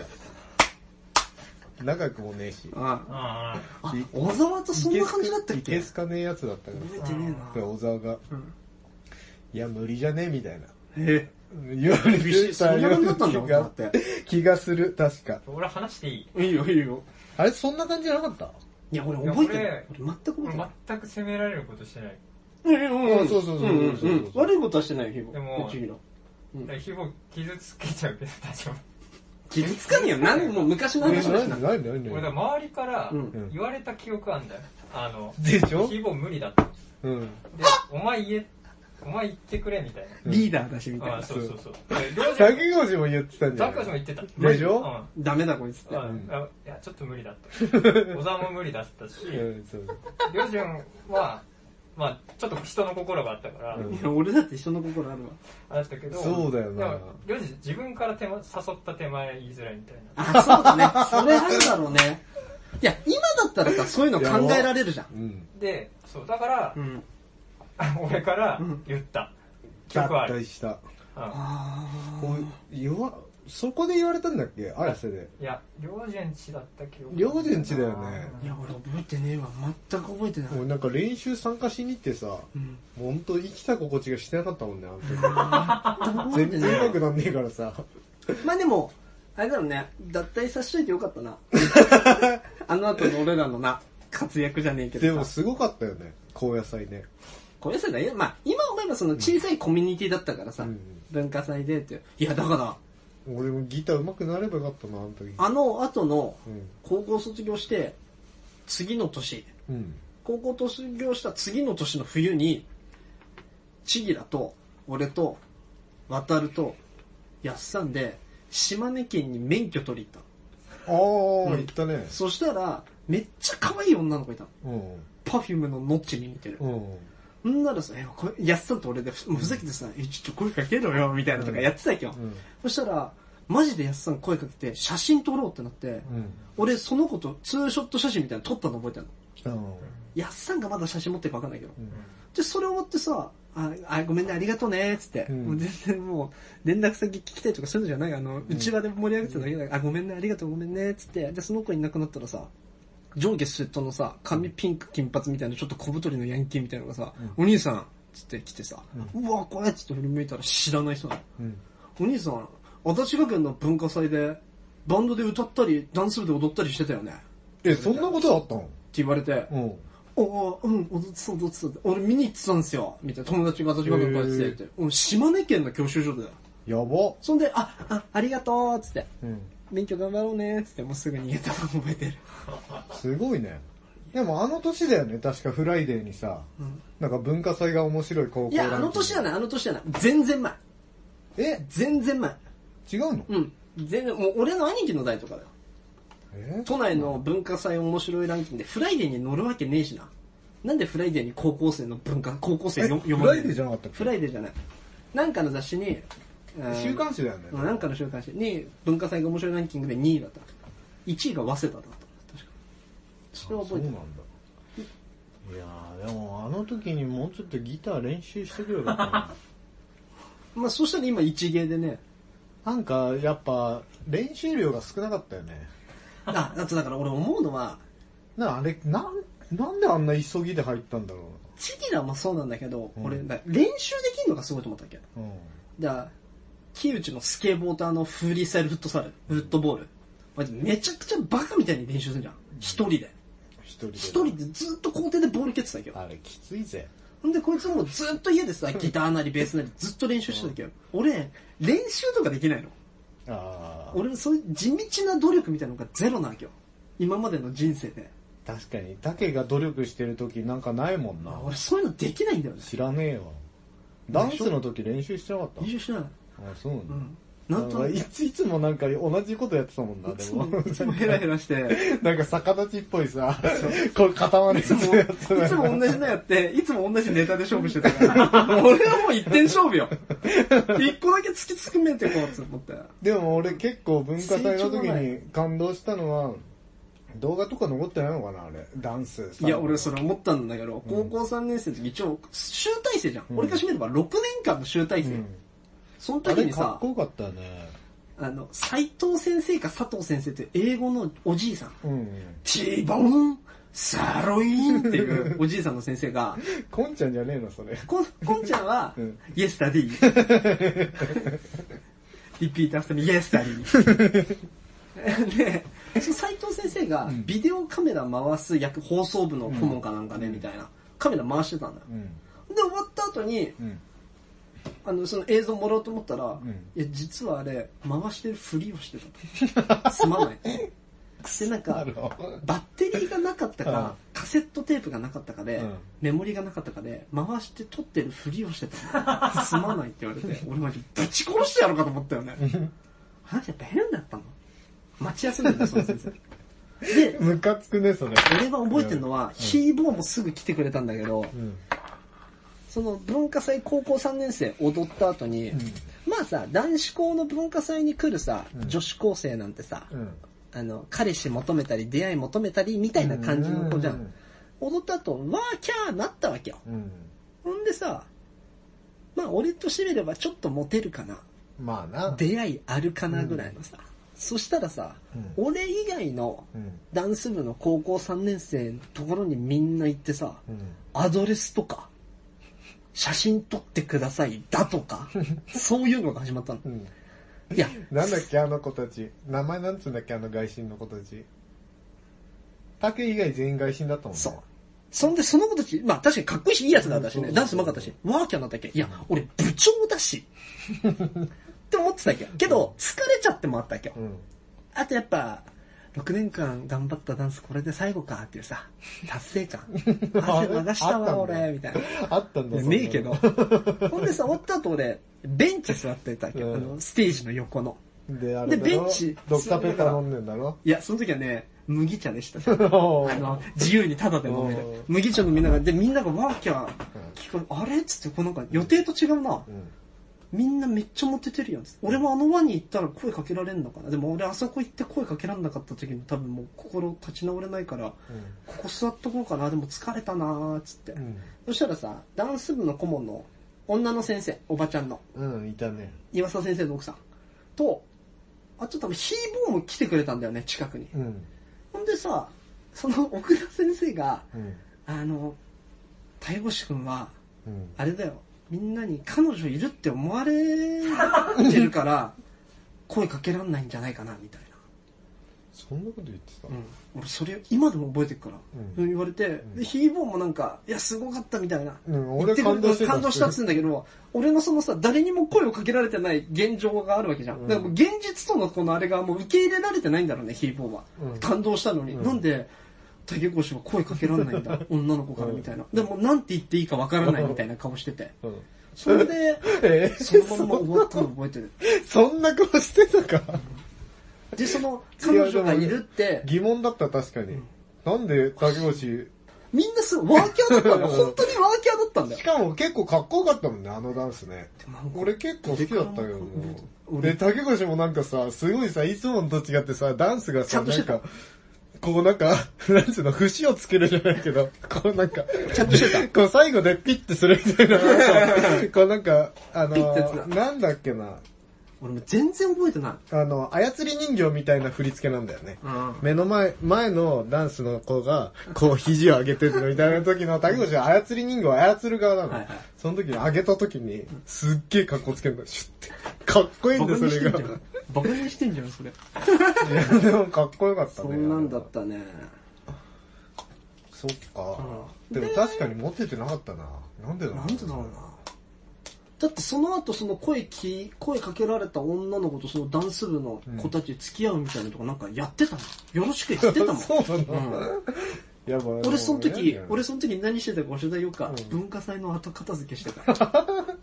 Speaker 2: 仲良くもねえし。
Speaker 1: あ
Speaker 6: あ
Speaker 1: あ
Speaker 2: い
Speaker 1: 小沢とそんな感じだったっ
Speaker 2: いけ
Speaker 1: け
Speaker 2: すかねえやつだったか
Speaker 1: 覚え
Speaker 2: ら
Speaker 1: て
Speaker 2: さ。
Speaker 1: ね
Speaker 2: で、小沢が、
Speaker 1: うん
Speaker 2: いや無理じゃねえみたいな。
Speaker 1: えな。え
Speaker 2: 言われ
Speaker 1: え。
Speaker 2: て
Speaker 1: そんな感じだったんだ
Speaker 2: よ
Speaker 1: も、
Speaker 2: うんな気
Speaker 1: だっ
Speaker 2: が
Speaker 1: て。
Speaker 2: 気がする、確か。
Speaker 6: あ俺話していい
Speaker 1: いいよ、いいよ。
Speaker 2: あれ、そんな感じじゃなかった
Speaker 1: いや、俺覚えてない。俺全く覚えてない
Speaker 6: 俺。全く責められることしてない
Speaker 1: うんうん
Speaker 2: そうそうそうそう
Speaker 1: うんうんうん悪いことはしてないよ、ヒボ。
Speaker 6: でも
Speaker 1: うちひろ
Speaker 6: だから。ひぼ傷つけちゃうけど大丈夫
Speaker 1: 傷つかねえよ。なんもう昔の
Speaker 2: え、
Speaker 1: 話だし
Speaker 2: 何
Speaker 1: な。
Speaker 2: 何何
Speaker 6: 俺
Speaker 2: 何
Speaker 6: だから周りから
Speaker 1: うん
Speaker 6: 言われた記憶あんだよあの
Speaker 2: でしょ
Speaker 6: ひぼ無理だったで
Speaker 2: うん。
Speaker 6: お前言えお前言ってくれみたい
Speaker 1: リーダーだし、みたい
Speaker 6: なあ
Speaker 1: な。
Speaker 6: そうそうそうでりょうじゅん
Speaker 2: 竹越も言ってたんじゃ
Speaker 6: ザ
Speaker 2: な
Speaker 6: ク
Speaker 2: い
Speaker 6: も言ってた
Speaker 2: でしょ
Speaker 6: うん
Speaker 1: ダメだ、こいつって。
Speaker 6: うんあいや、ちょっと無理だった。小沢も無理だったし、
Speaker 2: う
Speaker 6: りょ
Speaker 2: ん、そう。
Speaker 6: うじゅんは、まあ、ちょっと人の心があったから、
Speaker 2: うん
Speaker 1: いや、俺だって人の心あるわ。
Speaker 6: あれだったけど、
Speaker 2: そうだよな
Speaker 6: でもりょうじゅん自分から手間誘った手前言いづらいみたいな。
Speaker 1: あ、そうだ ね。それあるだろうね。いや、今だったらさ、そういうの考えられるじゃん。
Speaker 2: うん。
Speaker 6: で、そう、だから
Speaker 1: う、ん。
Speaker 6: 俺から言った。記憶はあ
Speaker 2: 脱
Speaker 6: る。
Speaker 2: 退した。
Speaker 6: うん
Speaker 1: あ
Speaker 2: こう言わそこで言われたんだっけあれそれで
Speaker 6: いや、りょうじゅんちだった記憶。
Speaker 2: りょうじゅんちだよね
Speaker 1: ーいや、俺覚えてねえわ。全く覚えてない。
Speaker 2: 俺なんか練習参加しに行ってさ
Speaker 1: うん。
Speaker 2: ほんと生きた心地がしてなかったもんねあの時全然うまくなんねえからさ
Speaker 1: まあでも、あれだろうね。脱退させといてよかった な。あの後の俺らのな、活躍じゃねえけどさ。
Speaker 2: でもすごかったよね高野菜ね
Speaker 1: 小野菜だよ。まあ、今思えばその小さいコミュニティだったからさ、
Speaker 2: うん
Speaker 1: 文化祭でっていう。いや、だから、
Speaker 2: 俺もギター上手くなればよかったなあの時
Speaker 1: あの後の
Speaker 2: うん
Speaker 1: 高校卒業して、次の年、
Speaker 2: うん
Speaker 1: 高校卒業した次の年の冬に、ちぎらと、俺と、渡ると、やっさんで、島根県に免許取り行っ
Speaker 2: ああ行ったね
Speaker 1: た。そしたら、めっちゃ可愛い女の子いたの。
Speaker 2: うん
Speaker 1: パフュームのノッチに似てる。
Speaker 2: うん
Speaker 1: んならさ、えこれやっさんと俺で、ふもうふざけてさ、え、ちょっと声かけろよ、みたいなとかやってたけど、
Speaker 2: ん
Speaker 1: そしたら、マジでやっさん声かけて、写真撮ろうってなって、
Speaker 2: うん
Speaker 1: 俺その子とツーショット写真みたいなの撮ったの覚えてるの。
Speaker 2: うん
Speaker 1: やっさんがまだ写真持ってるかわかんないけど。
Speaker 2: ん
Speaker 1: で、それ終わってさ、あ、あごめんね、ありがとうね、つって。
Speaker 2: うん
Speaker 1: もう全然もう、連絡先聞きたいとかそういうのじゃない。あの、うちわで盛り上げてただけだから、あ、ごめんね、ありがとう、ごめんね、つって。で、その子いなくなったらさ、上下スウェットのさ、髪ピンク金髪みたいな、ちょっと小太りのヤンキーみたいなのがさ、お兄さん、つって来てさ、うわ、これつって振り向いたら知らない人なの。
Speaker 2: うん
Speaker 1: お兄さん、足立学園の文化祭で、バンドで歌ったり、ダンス部で踊ったりしてたよね。って
Speaker 2: えそんなことあったの
Speaker 1: 言われて、
Speaker 2: うん
Speaker 1: おおうん、踊ってた、踊ってたって。俺見に行ってたんですよ。みたいな。友達が私が学校やっててって。うん島根県の教習所だよ。
Speaker 2: やば
Speaker 1: そんで、あ、あ、ありがとうっつって。
Speaker 2: うん
Speaker 1: 勉強頑張ろうねっつって、もうすぐ逃げたの覚 えてる。
Speaker 2: すごいね。でもあの年だよね、確かフライデーにさ、
Speaker 1: ん
Speaker 2: なんか文化祭が面白い高校
Speaker 1: いや、あの年じゃ
Speaker 2: な
Speaker 1: ない、あの年じゃない。全然前。
Speaker 2: え、
Speaker 1: 全然前。
Speaker 2: 違うの、
Speaker 1: うん。全然、もう俺の兄貴の代とかだよ。
Speaker 2: え
Speaker 1: 都内の文化祭面白いランキングで、フライデーに乗るわけねえしな。なんでフライデーに高校生の文化、高校生
Speaker 2: え
Speaker 1: よ読
Speaker 2: フ
Speaker 1: ま
Speaker 2: ラ
Speaker 1: れ
Speaker 2: イデー
Speaker 1: る
Speaker 2: じゃなかったっけ
Speaker 1: フライデーじゃない。なんかの雑誌に、うん
Speaker 2: 週刊誌だよね。
Speaker 1: なんかの週刊誌に文化祭が面白いランキングで2位だった。1位が早稲田だった。確かそれは
Speaker 2: そ
Speaker 1: 覚
Speaker 2: う
Speaker 1: えて
Speaker 2: な
Speaker 1: る
Speaker 2: んだ。いやーでもあの時にもうちょっとギター練習してくればよかったな
Speaker 1: まあそしたら今一芸でね、
Speaker 2: なんかやっぱ練習量が少なかったよね。
Speaker 1: あ、あとだから俺思うのは、
Speaker 2: なあれ、なん、なんであんな急ぎで入ったんだろ
Speaker 1: チギラもそうなんだけど、
Speaker 2: うん
Speaker 1: 俺、だ練習できるのがすごいと思ったっけ。
Speaker 2: うな。うん。
Speaker 1: だから、木内のスケボーとあのフリースタイルフットサル、フットボール。マジめちゃくちゃバカみたいに練習するじゃん。一人で。
Speaker 2: 一人で。
Speaker 1: 一人でずっと校庭でボール蹴ってたけど。
Speaker 2: あれきついぜ。
Speaker 1: ほんでこいつもずっと家でさ、ギターなりベースなりずっと練習してたけど、俺、練習とかできないの。
Speaker 2: ああ
Speaker 1: 俺のそういう地道な努力みたいなのがゼロなわけよ。今までの人生で。
Speaker 2: 確かにタケが努力してる時なんかないもんな
Speaker 1: 俺そういうのできないんだよね。
Speaker 2: 知らねえわダンスの時練習してなかった
Speaker 1: 練習してない。
Speaker 2: あそうなん
Speaker 1: う
Speaker 2: だ、
Speaker 1: ん。なんとなく
Speaker 2: い
Speaker 1: い
Speaker 2: ついつもなんか同じことやってたもんなで
Speaker 1: つ
Speaker 2: も
Speaker 1: も、いつもヘラヘラして、
Speaker 2: なんか逆立ちっぽいさこう固まる
Speaker 1: いつ
Speaker 2: やつ
Speaker 1: も、いつも同じのやって、いつも同じネタで勝負してた から、俺はもう一点勝 負よ。一個だけ突き詰めてこうって思って。
Speaker 2: でも俺結構文化祭の時
Speaker 1: 成長がな
Speaker 2: に感動したのは動画とか残ってないのかなあれダンス
Speaker 1: いや、俺それ思ったんだけど、高校3年生の時一応、集大成じゃん。俺が占めれば6年間の集大
Speaker 2: う
Speaker 1: 成。
Speaker 2: ん
Speaker 1: その
Speaker 2: あ
Speaker 1: 時
Speaker 2: れ
Speaker 1: に
Speaker 2: かっ
Speaker 1: さ、
Speaker 2: こよかったね
Speaker 1: あの、斎藤先生か佐藤先生って英語のおじいさん。
Speaker 2: うん
Speaker 1: ティーボーンサーロインっていうおじいさんの先生が、
Speaker 2: こんちゃんじゃねえのそれ
Speaker 1: こん、こんちゃんは
Speaker 2: うん、
Speaker 1: イエスタディ。リピートアフターミイエスタディ。で、その斉藤先生がビデオカメラ回す役、放送部の顧問かなんかね、みたいな。カメラ回してたんだよ。
Speaker 2: うん
Speaker 1: で、終わった後に、
Speaker 2: うん
Speaker 1: あの、その映像もらおうと思ったら、
Speaker 2: ん
Speaker 1: いや、実はあれ、回してるふりをしてた。すま ない。で、なん
Speaker 2: な
Speaker 1: か
Speaker 2: る、ほど
Speaker 1: バッテリーがなかった
Speaker 2: うん
Speaker 1: か、カセットテープがなかったかで、
Speaker 2: うん
Speaker 1: メモリがなかったかで、回して撮ってるふりをしてた。 すまないって言われて、俺マジぶち殺してやろうかと思ったよね。話やっぱ変だったの。待ち休んでた、その先生。で、
Speaker 2: ムカつくねそれ
Speaker 1: 俺が覚えてるのは、ヒーボーもすぐ来てくれたんだけど、
Speaker 2: ん
Speaker 1: その文化祭高校3年生踊った後に、まあさ、男子校の文化祭に来るさ、女子高生なんてさ、
Speaker 2: うん
Speaker 1: あの、彼氏求めたり、出会い求めたり、みたいな感じの子じゃ
Speaker 2: うん
Speaker 1: ん。踊った後、わーキャーなったわけよ。
Speaker 2: うん
Speaker 1: ほんでさ、まあ俺としてみればちょっとモテるかな。
Speaker 2: まあな
Speaker 1: 出会いあるかなぐらいのさ。そしたらさ、
Speaker 2: うん
Speaker 1: 俺以外の
Speaker 2: うん
Speaker 1: ダンス部の高校3年生のところにみんな行ってさ、
Speaker 2: うん
Speaker 1: アドレスとか、写真撮ってくださいだと か、そういうのが始まったの
Speaker 2: う。ん
Speaker 1: いや、
Speaker 2: なんだっけあの子たち。名前なんつうんだっけあの外人の子たち。竹以外全員外人だったもんね。
Speaker 1: そう。そんで、その子たち、まあ確かにかっこいいし、いいやつだったし
Speaker 2: う
Speaker 1: ね。
Speaker 2: ん
Speaker 1: ダンスうまかったし、ワーキャーなんだっけいや、俺部長だし。 って思ってたっけけど、疲れちゃってもあったっけ
Speaker 2: うん。
Speaker 1: あとやっぱ、6年間頑張ったダンスこれで最後かっていうさ、達成 感。汗流したわ、
Speaker 2: あったんだ
Speaker 1: 俺、みたいな。
Speaker 2: あったんだそんなの
Speaker 1: ねえけど。ほんでさ、終わった後俺、ベンチ座ってたっけ、
Speaker 2: うん
Speaker 1: あの、ステージの横の。
Speaker 2: で、あれだろ
Speaker 1: でベンチ
Speaker 2: ドクターペッター飲んでんだろ
Speaker 1: いや、その時はね、麦茶でした。あの、自由にタダで飲め
Speaker 2: おー
Speaker 1: る。麦茶飲みながら、で、みんながワーキャー聞こえ、あれっつって、こうなんか予定と違うな。
Speaker 2: うん。
Speaker 1: みんなめっちゃモテてるやん。俺もあの輪に行ったら声かけられんのかな。でも俺あそこ行って声かけられなかった時に多分もう心立ち直れないから、ここ座っとこうかな。でも疲れたなーっつって。
Speaker 2: うん。
Speaker 1: そしたらさ、ダンス部の顧問の女の先生、おばちゃんの、
Speaker 2: うん、いたね。
Speaker 1: 岩佐先生の奥さんと、あと多分ヒーボーも来てくれたんだよね、近くに。
Speaker 2: うん。
Speaker 1: ほんでさ、その奥田先生が、
Speaker 2: うん。
Speaker 1: あの、大越くんは、
Speaker 2: うん。
Speaker 1: あれだよ、みんなに彼女いるって思われてる から、声かけらんないんじゃないかな、みたい
Speaker 2: そんなこと言ってた
Speaker 1: な。うん。俺それ今でも覚えてるから、
Speaker 2: うん
Speaker 1: 言われて、でヒーボーもなんか、いや、すごかったみたいな。
Speaker 2: うん
Speaker 1: 言ってくれ
Speaker 2: 俺感動してた
Speaker 1: 感動したっつうんだけど、俺のそのさ、誰にも声をかけられてない現状があるわけじゃん。だからもう現実とのこのあれがもう受け入れられてないんだろうね、ヒーボーは。
Speaker 2: うん
Speaker 1: 感動したのに。なんで、竹越は声かけられないん だ、女の子からみたいな。でも、なんて言っていいかわからないみたいな顔してて。
Speaker 2: うん。
Speaker 1: それで、
Speaker 2: え
Speaker 1: そのまま終わったの覚えてる。
Speaker 2: そんな顔してたか
Speaker 1: で、その、彼女がいるって、
Speaker 2: 疑問だった確かに。なんで竹越
Speaker 1: みんなすごいワーキャーだったんだよ。本当にワーキャーだったんだよ
Speaker 2: し。かも結構かっこよかったもんね、あのダンスね。
Speaker 1: なんか
Speaker 2: 俺結構好きだったけどな
Speaker 1: 俺
Speaker 2: で、竹越もなんかさ、すごいさ、いつものと違ってさ、ダンスが
Speaker 1: ちゃ
Speaker 2: さ、
Speaker 1: んと
Speaker 2: な
Speaker 1: し
Speaker 2: ん
Speaker 1: てた
Speaker 2: か、こうなんか、 なんつうの、節をつけるじゃないけど、こうなんか、
Speaker 1: ちゃんとしてた。
Speaker 2: こう最後でピッてするみたい な、なんかこうなんか、あの
Speaker 1: ピッてやつだ
Speaker 2: ー、なんだっけな、
Speaker 1: 俺も全然覚えてない。
Speaker 2: あの、操り人形みたいな振り付けなんだよね。
Speaker 1: うん
Speaker 2: 目の前、前のダンスの子が、こう肘を上げてるのみたいな時の、竹越は操り人形を操る側なの。
Speaker 1: はいはい
Speaker 2: その時に上げた時に、すっげえ格好つけるの、シュッて。かっこいいん
Speaker 1: バ
Speaker 2: だ
Speaker 1: カ
Speaker 2: よ、そ
Speaker 1: にして
Speaker 2: れ
Speaker 1: んじ
Speaker 2: が
Speaker 1: ゃ。ん。バカにしてんじゃん、それ。
Speaker 2: いや、でもかっこよかった
Speaker 1: そ
Speaker 2: ね。
Speaker 1: んなんだったね。
Speaker 2: そっか。でも確かにモテてなかったな。なんでだろう
Speaker 1: なんでだろうな。だってその後その声き、声かけられた女の子とそのダンス部の子たち付き合うみたいなとかなんかやってたの。よろしくやってたもん。
Speaker 2: そうなの、
Speaker 1: うん
Speaker 2: やばい
Speaker 1: 俺その時、俺
Speaker 2: や
Speaker 1: その時何してたか教えてあげようか、
Speaker 2: うん
Speaker 1: 文化祭の後片付けしてたから。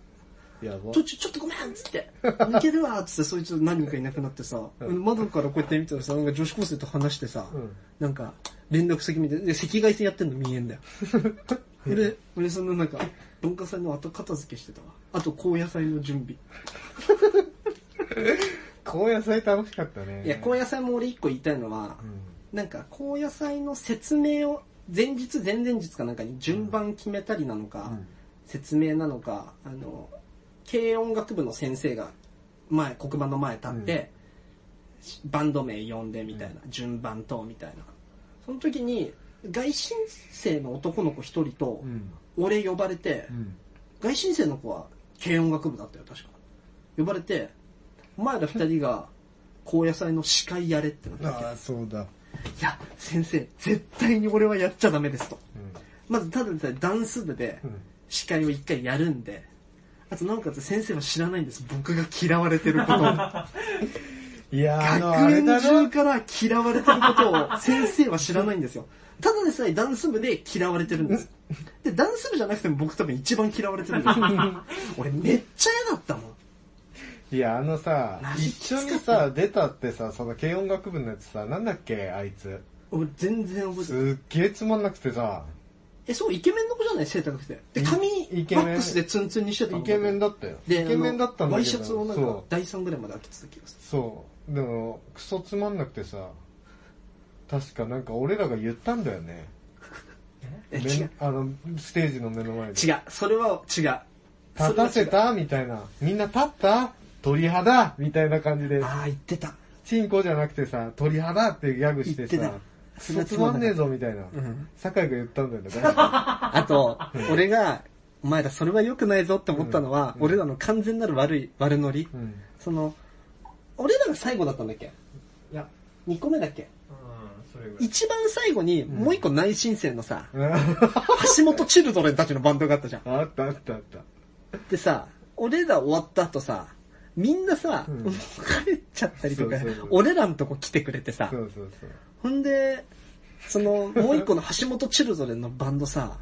Speaker 2: ば
Speaker 1: 途中ちょっとごめんっつって、抜けるわっつってそいつ何人かいなくなってさ、
Speaker 2: うん
Speaker 1: 窓からこうやって見たらさ、なんか女子高生と話してさ、
Speaker 2: うん
Speaker 1: なんか連絡先見て、で、赤外線やってんの見えんだよ。 俺、俺そのなんか、文化祭の後片付けしてたわ。あと高野菜の準備。
Speaker 2: 高野菜楽しかったね
Speaker 1: いや、高野菜も俺一個言いたいのは、
Speaker 2: う
Speaker 1: なんか高野菜の説明を、前日、前々日かなんかに順番決めたりなのか、
Speaker 2: んうん
Speaker 1: 説明なのか、あの、軽音楽部の先生が前、黒板の前立って、バンド名呼んでみたいな、順番とみたいな。その時に、外進生の男の子一人と
Speaker 2: う、ん
Speaker 1: 俺呼ばれて、
Speaker 2: うん
Speaker 1: 外進生の子は軽音楽部だったよ、確か。呼ばれて、お前ら二人が、高野菜の司会やれってなったわけ
Speaker 2: ああそうだ
Speaker 1: いや、先生、絶対に俺はやっちゃダメですと。
Speaker 2: うん
Speaker 1: まず、ただでさえダンス部で
Speaker 2: うん、
Speaker 1: 司会を一回やるんで、あと、なおかつ先生は知らないんです。僕が嫌われてる ことを。
Speaker 2: いやーあのあ
Speaker 1: 学
Speaker 2: れ
Speaker 1: 年
Speaker 2: だろ
Speaker 1: 中から嫌われてることを先生は知らないんですよ。ただでさえダンス部で嫌われてるんです。 で、ダンス部じゃなくても僕多分一番嫌われてるんですよ。俺めっちゃ嫌だったもん。
Speaker 2: いやあのさ
Speaker 1: 何
Speaker 2: 一緒にさ出たってさその軽音楽部のやつさなんだっけあいつ
Speaker 1: 俺全然覚えてない。
Speaker 2: すっげえつまんなくてさ
Speaker 1: え、そう、イケメンの子じゃない背高くて。で、髪、
Speaker 2: イイケメン
Speaker 1: ワックスでツンツンにしてたの
Speaker 2: イケメンだったよイ
Speaker 1: で、
Speaker 2: ケメンだったんだけど
Speaker 1: ワイシャツをなんか
Speaker 2: そ、う
Speaker 1: 第3ぐらいまで開けてた気がす
Speaker 2: そうでもクソつまんなくてさ確かなんか俺らが言ったんだよね
Speaker 1: る。え、
Speaker 2: めん
Speaker 1: 違う。
Speaker 2: あのステージの目の前で
Speaker 1: 違う。それは違う。
Speaker 2: 立たせ
Speaker 1: それは
Speaker 2: たみたいなみんな立った鳥肌みたいな感じ
Speaker 1: 違
Speaker 2: で
Speaker 1: うああ、言ってた。
Speaker 2: チンコじゃなくてさ鳥肌っていうギャグして
Speaker 1: 言って
Speaker 2: さ
Speaker 1: た
Speaker 2: クソつまんねえぞみたいな、
Speaker 1: ん
Speaker 2: 酒井が言ったんだよね確か
Speaker 1: あと、俺が、お前らそれは良くないぞって思ったのは、俺らの完全なる悪い、悪ノリ。
Speaker 2: に、うん
Speaker 1: その、俺らが最後だったんだっけいや、2個目だっけ
Speaker 6: うん、それぐらい。
Speaker 1: 一番最後に、もう一個内申生のさ、
Speaker 2: あ
Speaker 1: 橋本チルドレンたちのバンドがあったじゃん。
Speaker 2: ったあったあった。
Speaker 1: でさ、俺ら終わった後さ、みんなさ、
Speaker 2: うん
Speaker 1: もう帰っちゃったりとか
Speaker 2: そうそうそう、
Speaker 1: 俺らのとこ来てくれてさ
Speaker 2: そ、うそうそう。
Speaker 1: ほんで、その、もう一個の橋本チルドレンのバンドさ、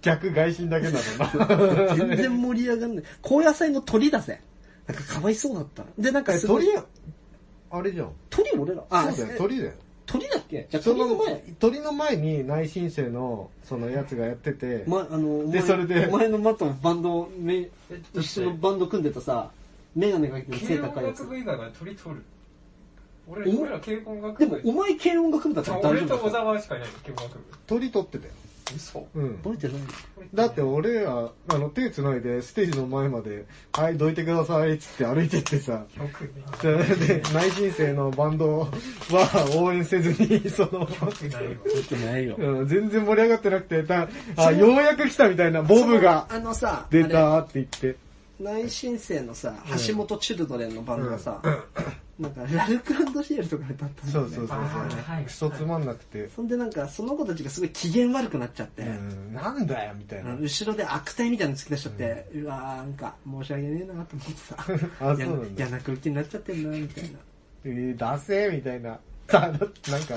Speaker 2: 逆外心だけなのな。
Speaker 1: 全然盛り上がんない。高野菜の鳥だぜ。なんかかわいそうだった。で、なんかすごい
Speaker 2: 鳥、あれじゃん。
Speaker 1: 鳥俺ら。あ、
Speaker 2: そうだよ、
Speaker 1: 鳥
Speaker 2: 鳥だよ。
Speaker 1: 鳥だっけじゃあ
Speaker 2: そ
Speaker 1: 鳥
Speaker 2: の
Speaker 1: の前。
Speaker 2: 鳥の前に内申生の、そのやつがやってて、
Speaker 1: ま、あの、お前
Speaker 2: でそれで
Speaker 1: お前のマットのバンド、め、一緒の
Speaker 6: だって
Speaker 1: バンド組んでたさ、メガネかけてる背
Speaker 6: 軽
Speaker 1: 高
Speaker 6: 音
Speaker 1: いやつ
Speaker 6: 楽。部以外は鳥取る。俺、
Speaker 1: お
Speaker 6: 俺ら軽音楽
Speaker 1: で
Speaker 6: 部。
Speaker 1: も、お前軽音楽部だったら
Speaker 6: あ
Speaker 1: 大
Speaker 6: 俺
Speaker 1: 丈
Speaker 6: と
Speaker 1: 夫
Speaker 6: 小
Speaker 1: だよ。
Speaker 6: 沢しかいない、軽音楽部。
Speaker 2: 鳥撮ってたよ。
Speaker 6: 嘘
Speaker 2: うん。
Speaker 1: 覚えてない
Speaker 2: だって俺ら、あの、手繋いで、ステージの前まで、はい、どいてください、つって歩いてってさ、
Speaker 6: よくね。
Speaker 2: それで、内申生のバンドは応援せずに、 その、
Speaker 6: よくないわ。
Speaker 1: 覚えてないよ。
Speaker 2: うん、全然盛り上がってなくて、たあ、ようやく来たみたいな、ボブが
Speaker 1: あのさ、
Speaker 2: 出
Speaker 1: あれ
Speaker 2: たーって言って。
Speaker 1: 内申生のさ、橋本チルドレンのバンドがさ、なんか、ラルクシエルとかで歌ったんだ
Speaker 2: そ
Speaker 1: よ
Speaker 2: う
Speaker 1: ね。
Speaker 2: そうそう
Speaker 6: は
Speaker 2: そう。
Speaker 6: い
Speaker 2: クソつまんなくて。
Speaker 1: そんでなんか、その子たちがすごい機嫌悪くなっちゃって、
Speaker 2: うん、なんだよ、みたいな。
Speaker 1: 後ろで悪態みたいなの突き出しちゃって、うわーなんか、申し訳ねえなと思ってさ
Speaker 2: あ、
Speaker 1: 嫌
Speaker 2: そ
Speaker 1: な
Speaker 2: うなんだ
Speaker 1: 嫌な空気になっちゃってんな、みたいな。
Speaker 2: えー、出せー、みたいな。さ、だってなんか、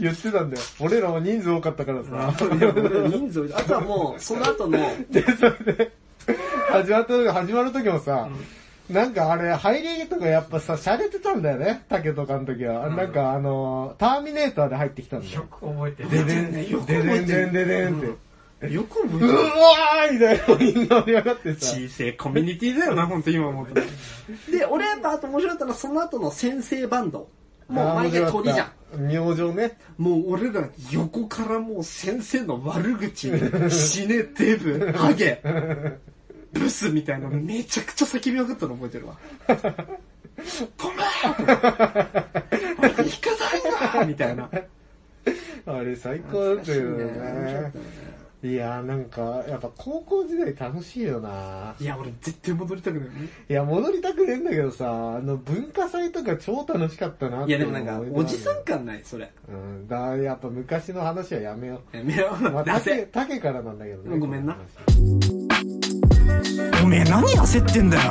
Speaker 2: 言ってたんだよ。俺らは人数多かったからさ。
Speaker 1: いや俺ら人数多いあとはもう、その後の、
Speaker 2: で、それで、始まった、始まる時もさ、なんかあれ、入りとかやっぱさ、洒落てたんだよね。竹とかの時は。なんかあの、ターミネーターで入ってきたんだ
Speaker 6: よ
Speaker 2: よ。
Speaker 6: く覚えてる。
Speaker 2: ででん、ででんでんででんって。
Speaker 1: よく覚えて
Speaker 2: う
Speaker 1: る。
Speaker 2: わーみたいな、みんな盛り上がってさ。
Speaker 1: 小さいコミュニティだよな、本当今思ったらで、俺やっぱあと面白かったのは、その後の先生バンド。もう毎回鳥じゃん。
Speaker 2: ん。明星ね。
Speaker 1: もう俺ら横からもう先生の悪口、死ね、デブ、ハ ゲ、ブスみたいなのめちゃくちゃ叫びまくったの覚えてるわ。ごめん俺行かないなみたいな。
Speaker 2: あれ最高だっ
Speaker 1: 懐かし
Speaker 2: たよ
Speaker 1: いね面白かっ
Speaker 2: ね
Speaker 1: た。ね
Speaker 2: いやーなんか、やっぱ高校時代楽しいよない
Speaker 1: や、俺絶対戻りたくない。
Speaker 2: いや、戻りたくねえんだけどさ、あの文化祭とか超楽しかったなっ
Speaker 1: い
Speaker 2: て
Speaker 1: や、
Speaker 2: いう
Speaker 1: で
Speaker 2: の
Speaker 1: もなんか
Speaker 2: 思い、出
Speaker 1: おじさん
Speaker 2: ある
Speaker 1: 感ない、それ。
Speaker 2: うん、だ、やっぱ昔の話はやめよ
Speaker 1: やめろ
Speaker 2: う。まあ、
Speaker 1: だって
Speaker 2: 竹、竹からなんだけどね。
Speaker 1: ごめんな
Speaker 2: この話
Speaker 5: おめえ何焦ってんだよ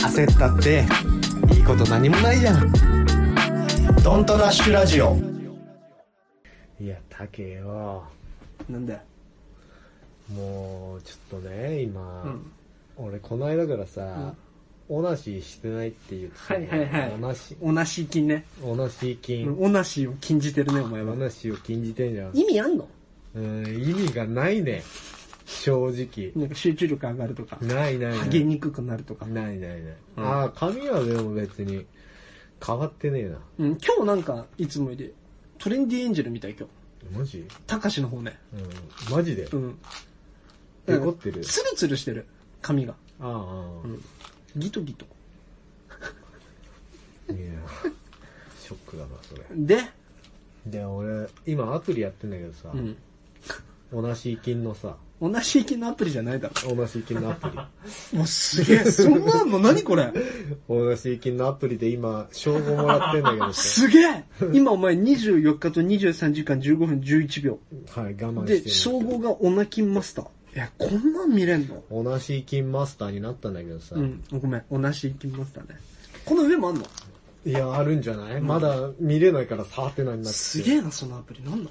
Speaker 3: 焦ったっていいこと何もないじゃん
Speaker 4: ドントラッシュラジオ
Speaker 2: いや、竹よ。
Speaker 1: なんだよ。
Speaker 2: もう、ちょっとね、今、
Speaker 1: うん
Speaker 2: 俺、この間からさ、オナシーしてないって言ってたの
Speaker 1: はいはいはい
Speaker 2: オナシ、
Speaker 1: おなし禁ね。
Speaker 2: オナシー
Speaker 1: う
Speaker 2: 禁。
Speaker 1: んおなしを禁じてるね、お前
Speaker 2: オ
Speaker 1: は。
Speaker 2: ナシーを禁じてんじゃん。
Speaker 1: 意味あんの
Speaker 2: うん、意味がないね。正直。
Speaker 1: なんか集中力上がるとか、
Speaker 2: ないないない。
Speaker 1: ハゲにくくなるとか。
Speaker 2: ないないない。ああ、髪はでも別に、変わってねえな。
Speaker 1: うん、今日なんか、いつもより、トレンディエンジェルみたい今日。
Speaker 2: マジ
Speaker 1: たかしの方ね。
Speaker 2: うん、マジで。
Speaker 1: うん。
Speaker 2: デコってる
Speaker 1: ツルツルしてる、髪が。
Speaker 2: ああ、あ
Speaker 1: ギトギト。
Speaker 2: あ、いや、ショックだな、それ。
Speaker 1: で、
Speaker 2: で、俺、今アプリやってんだけどさ、
Speaker 1: うん。
Speaker 2: オナシー菌のさ、
Speaker 1: 同じ意見のアプリじゃないだろ。
Speaker 2: オナシー菌のアプリ。
Speaker 1: もうすげえ、そんなあんの何これ
Speaker 2: オナシー菌のアプリで今、称号もらってんだけどさ、
Speaker 1: すげえ今お前24日と23時間15分11秒。
Speaker 2: はい、我慢してる。
Speaker 1: で、称号がオナキンマスター。え、こんなん見れんの
Speaker 2: オナシー菌マスターになったんだけどさ、
Speaker 1: うん、ごめん、オナシーキンマスターね。この上もあんの
Speaker 2: いや、あるんじゃないまだ見れないから触ってないんだって。
Speaker 1: すげえな、そのアプリ。なんだ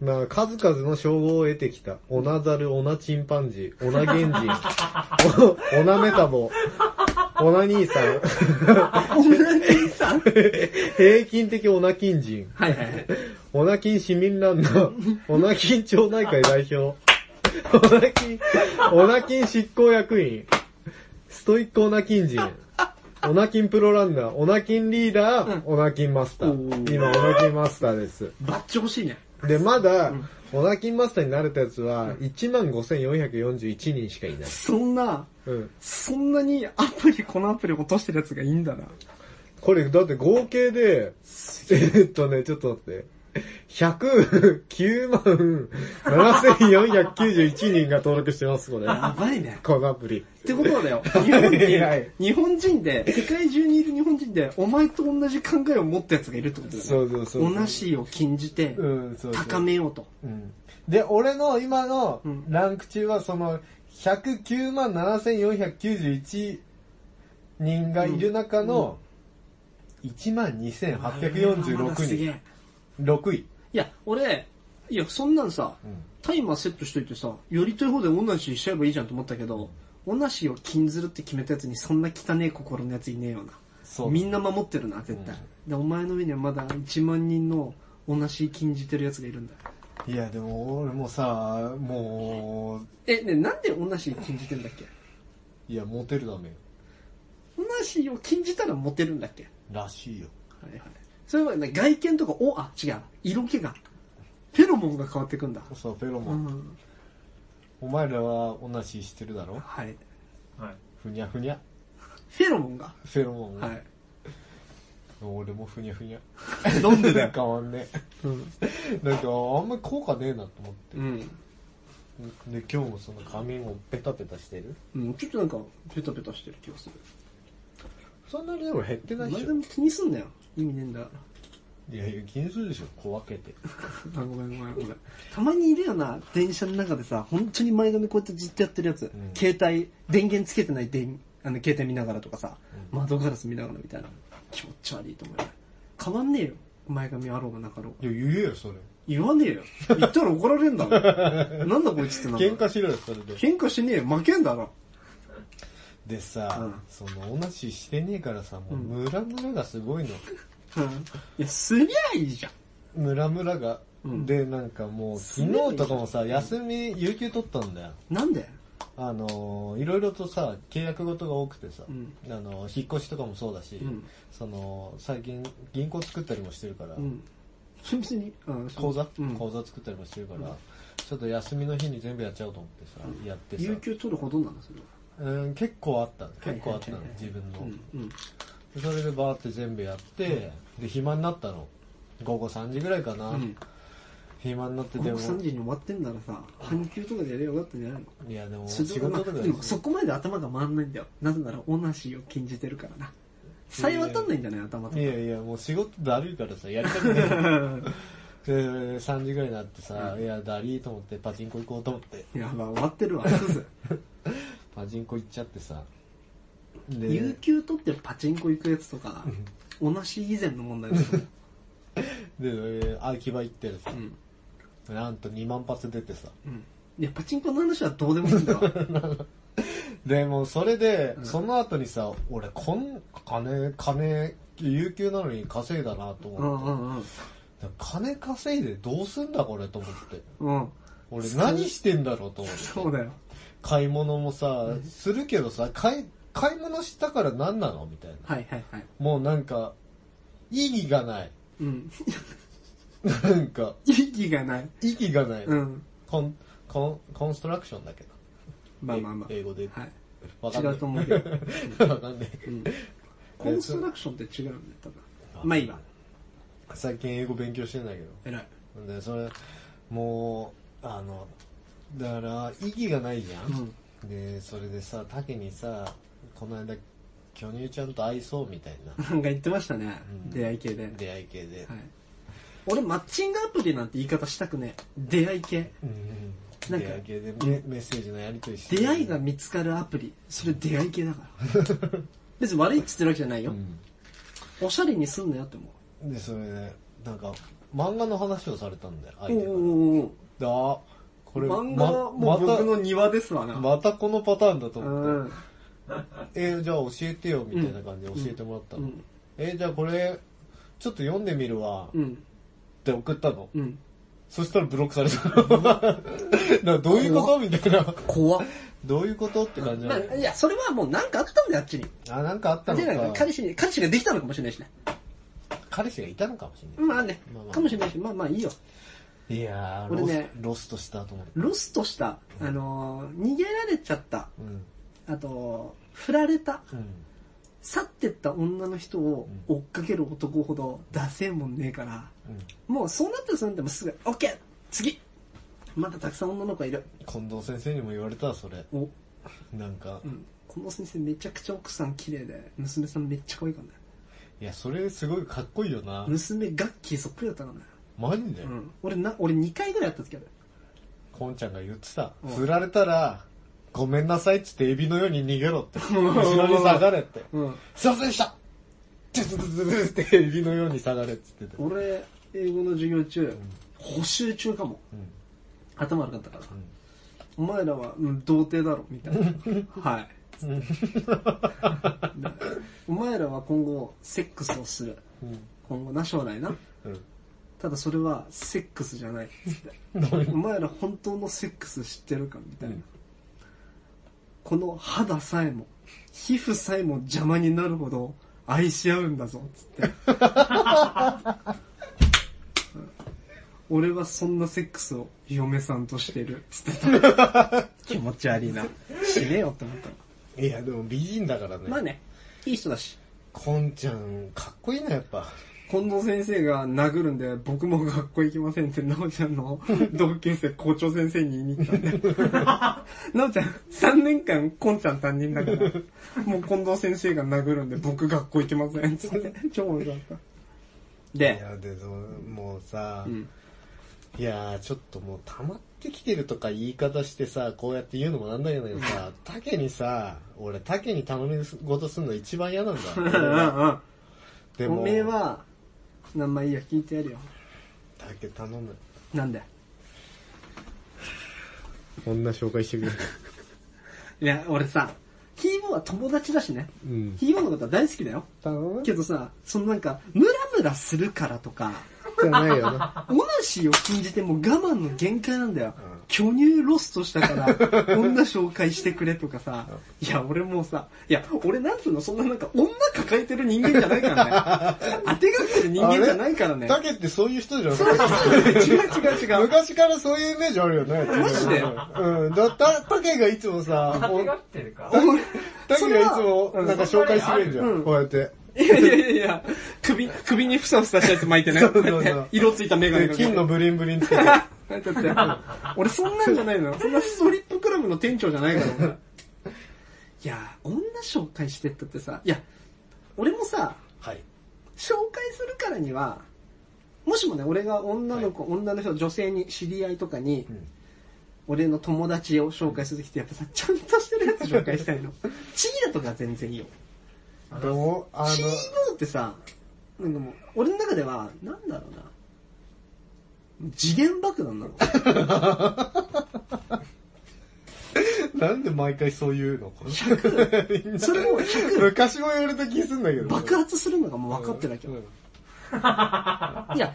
Speaker 2: まあ、数々の称号を得てきた。オナザル、オナチンパンジー、オナゲンジ ン、オナメタボ、オナ兄さん、
Speaker 1: オナキンさん
Speaker 2: 平均的オナキン人、
Speaker 1: はいはいはい。
Speaker 2: オナキン市民ランナー、オナキン町内会代表、オナキン、オナキン執行役員、ストイックオナキン人、オナキンプロランナー、オナキンリーダー、オナキンマスタ
Speaker 1: おー
Speaker 2: ー。今、オナキンマスターです。
Speaker 1: バッチ欲しいね。
Speaker 2: で、まだ、オナキンマスターになれたやつは、15,441人しかいない。
Speaker 1: そんな、
Speaker 2: うん。
Speaker 1: そんなにアプリ、このアプリ落としてるやつがいいんだな。
Speaker 2: これ、だって合計で、えーっとね、ちょっと待って。109万7491人が登録してます、これ。
Speaker 1: やばいね。
Speaker 2: このアプリ。
Speaker 1: ってことはだよ。日本
Speaker 2: は
Speaker 1: 人
Speaker 2: い、
Speaker 1: 日本人で、世界中にいる日本人で、お前と同じ考えを持ったやつがいるってことだよね。
Speaker 2: そうそうそうそう
Speaker 1: 同じを禁じて、
Speaker 2: うん、そうそう
Speaker 1: 高めようと。
Speaker 2: うんで、俺の今の
Speaker 1: うん
Speaker 2: ランク中は、その、109万7491人がいる中の、1万
Speaker 1: まだすげ
Speaker 2: 2846人。
Speaker 1: え。
Speaker 2: 6位。
Speaker 1: いや、俺、いや、そんなんさ、タイマーセットしといてさ、よりとい方で同じにしちゃえばいいじゃんと思ったけど、同じを禁ずるって決めたやつにそんな汚え心のやついねえよな。
Speaker 2: そう
Speaker 1: みんな守ってるな、絶対。で、お前の上にはまだ1万人の同じ禁じてるやつがいるんだ。
Speaker 2: いや、でも俺もさ、も
Speaker 1: え、ね、なんで同じ禁じてんだっけ
Speaker 2: う、いや、モテるためよ。
Speaker 1: 同じを禁じたらモテるんだっけ
Speaker 2: らしいよ。
Speaker 1: はいはい。それはね、外見とか、お、あ、違う。色気が。フェロモンが変わってくんだ。
Speaker 2: そう、フェロモ
Speaker 1: う
Speaker 2: ン。
Speaker 1: ん。
Speaker 2: お前らは同じしてるだろ
Speaker 1: はい。
Speaker 6: はい。
Speaker 2: ふにゃふにゃ。
Speaker 1: フェロモンが。
Speaker 2: フェロモン。
Speaker 1: はい。
Speaker 2: 俺もふにゃふ にゃ。
Speaker 1: なんでだよ。
Speaker 2: 変わんね。
Speaker 1: うん。
Speaker 2: なんか、あんまり効果ねえなと思って。
Speaker 1: うん。
Speaker 2: で、今日もその髪をペタペタしてる
Speaker 1: うん、ちょっとなんか、ペタペタしてる気がする。
Speaker 2: そんなにでも減ってない
Speaker 1: 何
Speaker 2: でし
Speaker 1: で
Speaker 2: ょ
Speaker 1: も気にすんなよ。意味ねえんだか
Speaker 2: いやいや、気にするでしょ、小分けて。
Speaker 1: ら。あ、ごめんごめんごめん。たまにいるよな、電車の中でさ、本当に前髪こうやってずっとやってるやつ。
Speaker 2: ん
Speaker 1: 携帯、電源つけてない電、あの、携帯見ながらとかさ、窓ガラス見ながらみたいな。気持ち悪いと思うよ。変わんねえよ。前髪あろうがなかろうが。
Speaker 2: いや、言えよ、それ。
Speaker 1: 言わねえよ。言ったら怒られんだ ろ。なんだこいつってなる
Speaker 2: 喧嘩しろよ、それで。
Speaker 1: 喧嘩しねえよ。負けんだろ。
Speaker 2: でさ、
Speaker 1: うん
Speaker 2: その、同じしてねえからさ、もう、ムラムラがすごいの。
Speaker 1: うん。いや、すりゃいいじゃん。
Speaker 2: ムラムラが。
Speaker 1: うん
Speaker 2: で、なんかもう、
Speaker 1: すごい
Speaker 2: 昨日とかもさ、休み、有給取ったんだよ。
Speaker 1: なんで
Speaker 2: あのー、いろいろとさ、契約事が多くてさ、
Speaker 1: うん
Speaker 2: あのー、引っ越しとかもそうだし、
Speaker 1: うん
Speaker 2: その、最近、銀行作ったりもしてるから、
Speaker 1: うん。それ別に、うん、そう
Speaker 2: 口座、
Speaker 1: うん。
Speaker 2: 口座作ったりもしてるから、ちょっと休みの日に全部やっちゃおうと思ってさ、やってさ
Speaker 1: 有給取るほどなのそれは
Speaker 2: うん結構あったの
Speaker 1: いはい
Speaker 2: 結構あったの、自分の、
Speaker 1: うんうん
Speaker 2: でそれでバーって全部やって、で暇になったの午後3時ぐらいかな、
Speaker 1: うん
Speaker 2: 暇になって
Speaker 1: 午
Speaker 2: で
Speaker 1: 後
Speaker 2: も
Speaker 1: 3時に終わってんならさ半休とかでやればよかったんじゃないの
Speaker 2: いやでも
Speaker 1: そ
Speaker 2: 仕
Speaker 1: れ
Speaker 2: 事とか
Speaker 1: で
Speaker 2: だ
Speaker 1: もそこまで頭が回んないんだよなぜならオナシーを禁じてるからなさえ渡んないんじゃない頭とか
Speaker 2: いやいやもう仕事だるいからさやりたく ないで3時ぐらいになってさ、いやだりーと思ってパチンコ行こうと思って
Speaker 1: やばい終わってるわクズ
Speaker 2: パチンコ行っちゃってさ。で
Speaker 1: 有給取ってパチンコ行くやつとか、同じ以前の問題だと思う
Speaker 2: で、えー秋葉行ってさ、
Speaker 1: ん
Speaker 2: なんと2万発出てさ。
Speaker 1: うん。いや、パチンコの話はどうでもいいんだわ。
Speaker 2: で、もうそれで、その後にさ、俺、こん、金、金、有給なのに稼いだなと
Speaker 1: う
Speaker 2: 思
Speaker 1: ん
Speaker 2: って。
Speaker 1: うんうん。
Speaker 2: 金稼いでどうすんだこれと思って。
Speaker 1: うん。
Speaker 2: 俺何してんだろうと思って。
Speaker 1: そうだよ。
Speaker 2: 買い物もさ、するけどさ、買い、買い物したから何なのみたいな。
Speaker 1: はいはいはい。
Speaker 2: もうなんか、意義がない。
Speaker 1: うん。
Speaker 2: なんか、
Speaker 1: 意義がない。
Speaker 2: 意義がない。
Speaker 1: うん。
Speaker 2: コン、コン、コンストラクションだけど。
Speaker 1: まあまあまあ。
Speaker 2: 英語で。
Speaker 1: はい。
Speaker 2: わかん
Speaker 1: 違
Speaker 2: ねえ
Speaker 1: うと思うけど。
Speaker 2: わかんねえ
Speaker 1: うんコンストラクションって違うんだよ、多分。まあいいわ。
Speaker 2: 最近英語勉強してんだけど。
Speaker 1: 偉い。
Speaker 2: でそれもうあのだから意義がないじゃん、でそれでさ竹にさこの間巨乳ちゃんと会いそうみたいな
Speaker 1: なんか言ってましたね。出会い系で。はい。
Speaker 2: 出会い系で、
Speaker 1: 俺、マッチングアプリなんて言い方したくねえ。出会い系。
Speaker 2: うん
Speaker 1: なん
Speaker 2: 出
Speaker 1: か
Speaker 2: 会い系でメメッセージのやり取りして
Speaker 1: 出会いが見つかるアプリ。それ出会い系だから。 別に悪いっつってるわけじゃないよ。おしゃれにすんなよって思う。
Speaker 2: でそれでなんか漫画の話をされたんだよ
Speaker 1: お
Speaker 2: 相手
Speaker 1: ーおー
Speaker 2: が
Speaker 1: おー
Speaker 2: だあこれ
Speaker 1: 漫画はもう
Speaker 2: ま
Speaker 1: 僕の庭ですわな。
Speaker 2: またまたこのパターンだと
Speaker 1: う
Speaker 2: 思って、
Speaker 1: ん。
Speaker 2: えーじゃあ教えてよみたいな感じで教えてもらったの、
Speaker 1: うん
Speaker 2: えーじゃあこれちょっと読んでみるわ
Speaker 1: う
Speaker 2: っ
Speaker 1: ん。
Speaker 2: て送ったの、
Speaker 1: うん。
Speaker 2: そしたらブロックされた のなんかどういうことみたいな
Speaker 1: 怖っ。
Speaker 2: どういうことって感じ
Speaker 1: ま
Speaker 2: なの、
Speaker 1: あ、いや、それはもうなんかあったんだよ、あっちに。
Speaker 2: あなんかあった
Speaker 1: でな
Speaker 2: の
Speaker 1: んか
Speaker 2: か
Speaker 1: 彼氏に、彼氏ができたのかもしれないしね。
Speaker 2: 彼氏がいたのかもしれない、
Speaker 1: まあね
Speaker 2: まあま、あ
Speaker 1: かもしれないし、まあまあいいよ。
Speaker 2: いやー
Speaker 1: 俺
Speaker 2: ロス,、
Speaker 1: ね
Speaker 2: ロストしたと思って
Speaker 1: ロストした、あのー逃げられちゃった、
Speaker 2: うん
Speaker 1: あと、振られた、
Speaker 2: うん
Speaker 1: 去ってった女の人を追っかける男ほどダセえもんねえから、もうそうなったらそうなってもすぐ、オッケー次まだたくさん女の子がいる。
Speaker 2: 近藤先生にも言われたわそれ
Speaker 1: お、
Speaker 2: なんか、
Speaker 1: うん。この先生めちゃくちゃ奥さん綺麗で、娘さんめっちゃ可愛かったね。
Speaker 2: いやそれすごいかっこいいよな、
Speaker 1: 娘ガッキーそっくりだったからね。
Speaker 2: マジで、
Speaker 1: うん。俺な、俺2回ぐらいやった時ある。
Speaker 2: こんちゃんが言ってた
Speaker 1: うん。
Speaker 2: 振られたら、ごめんなさいっつってエビのように逃げろって。後ろに下がれって。
Speaker 1: うん。
Speaker 2: すいませんでしたズズズズズってエビのように下がれっつってて。
Speaker 1: 俺、英語の授業中、補習中かも。
Speaker 2: うん
Speaker 1: 頭悪かったから。お前らは、うん、童貞だろ、みたいな。はい。 でお前らは今後、セックスをする。今後な、将来な。
Speaker 2: うん
Speaker 1: ただそれは、セックスじゃ ない。つって。お前ら本当のセックス知ってるかみたいな。この肌さえも、皮膚さえも邪魔になるほど愛し合うんだぞ、つって。俺はそんなセックスを嫁さんとしてる、つってた。 気持ち悪 いな。死ねよって思ったの。
Speaker 2: いや、でも美人だから
Speaker 1: まあ
Speaker 2: ね。
Speaker 1: ね、いい人だし。
Speaker 2: こんちゃん、かっこいいな、やっぱ。
Speaker 1: 近藤先生が殴るんで、僕も学校行きませんって、なおちゃん の同級生、校長先生に言いに行ったん で。なおちゃん、3年間、こんちゃん担任だから、もう近藤先生が殴るんで、僕学校行きませんっつって、超面白かった。
Speaker 2: い
Speaker 1: で、
Speaker 2: や、で、そもうさ
Speaker 1: ん、
Speaker 2: いや、ちょっともう溜まってきてるとか言い方してさ、こうやって言うのもなんだけどさ、竹にさ、俺竹に頼み事すんの一番嫌なん
Speaker 1: うんう
Speaker 2: だ。
Speaker 1: んうん。
Speaker 2: で
Speaker 1: おめえは、名前いいや、聞いてやるよ。
Speaker 2: 竹頼む。
Speaker 1: なんで
Speaker 2: こんな紹介してくれる。
Speaker 1: いや、俺さ、ヒーボーは友達だしね。
Speaker 2: うん
Speaker 1: ヒーボーのことは大好きだよ。
Speaker 2: 頼む
Speaker 1: けどさ、そのなんか、ムラムラするからとか、
Speaker 2: じゃないよな。
Speaker 1: オナシーを禁じても我慢の限界なんだよ。巨乳ロストした から、女紹介してくれとかさ。いや、俺もうさ、いや、俺なんつうの、そんななんか女抱えてる人間じゃないから ね。当てがってる人間じゃない からね。
Speaker 2: タケってそういう人じゃ
Speaker 1: それ
Speaker 2: ん。
Speaker 1: 違う違う違う。
Speaker 2: 昔からそういうイメージあるよ ね。マ
Speaker 1: ジで
Speaker 2: うん。だ、た、タケがいつ もさ、
Speaker 6: 立
Speaker 2: お
Speaker 6: てがってるか。
Speaker 2: タ
Speaker 1: そ
Speaker 2: ケ
Speaker 1: れ
Speaker 2: がい
Speaker 1: は
Speaker 2: つもなんか紹介してくれるじゃ
Speaker 1: うん
Speaker 2: ん。こうやって。
Speaker 1: いやいやいやいや、首、首にふさふさしたやつ巻いてね。
Speaker 2: そうそうそう
Speaker 1: こうやって色ついたメガネ
Speaker 2: で
Speaker 1: かけて
Speaker 2: 金のブリンブリンつけて。
Speaker 1: だって俺そんなんじゃないのよそんなストリップクラブの店長じゃないから俺。いやー、女紹介してったってさ、いや、俺もさ、
Speaker 2: はい。
Speaker 1: 紹介するからには、もしもね、俺が女の子、女の人、女性に、知り合いとかに、俺の友達を紹介するときってやっぱさ、ちゃんとしてるやつ紹介した いの。チーラとかは全然いいよ。
Speaker 2: どうあ
Speaker 1: チー
Speaker 2: の
Speaker 1: ボ、ーってさ、なんかもう、俺の中では、なんだろうな。次元爆弾なの。
Speaker 2: なんで毎回そういうのみんな
Speaker 1: それも100
Speaker 2: 昔も言われた気すんだけど。
Speaker 1: 爆発するのがもう分かってなきゃ
Speaker 2: う。ん
Speaker 1: いや、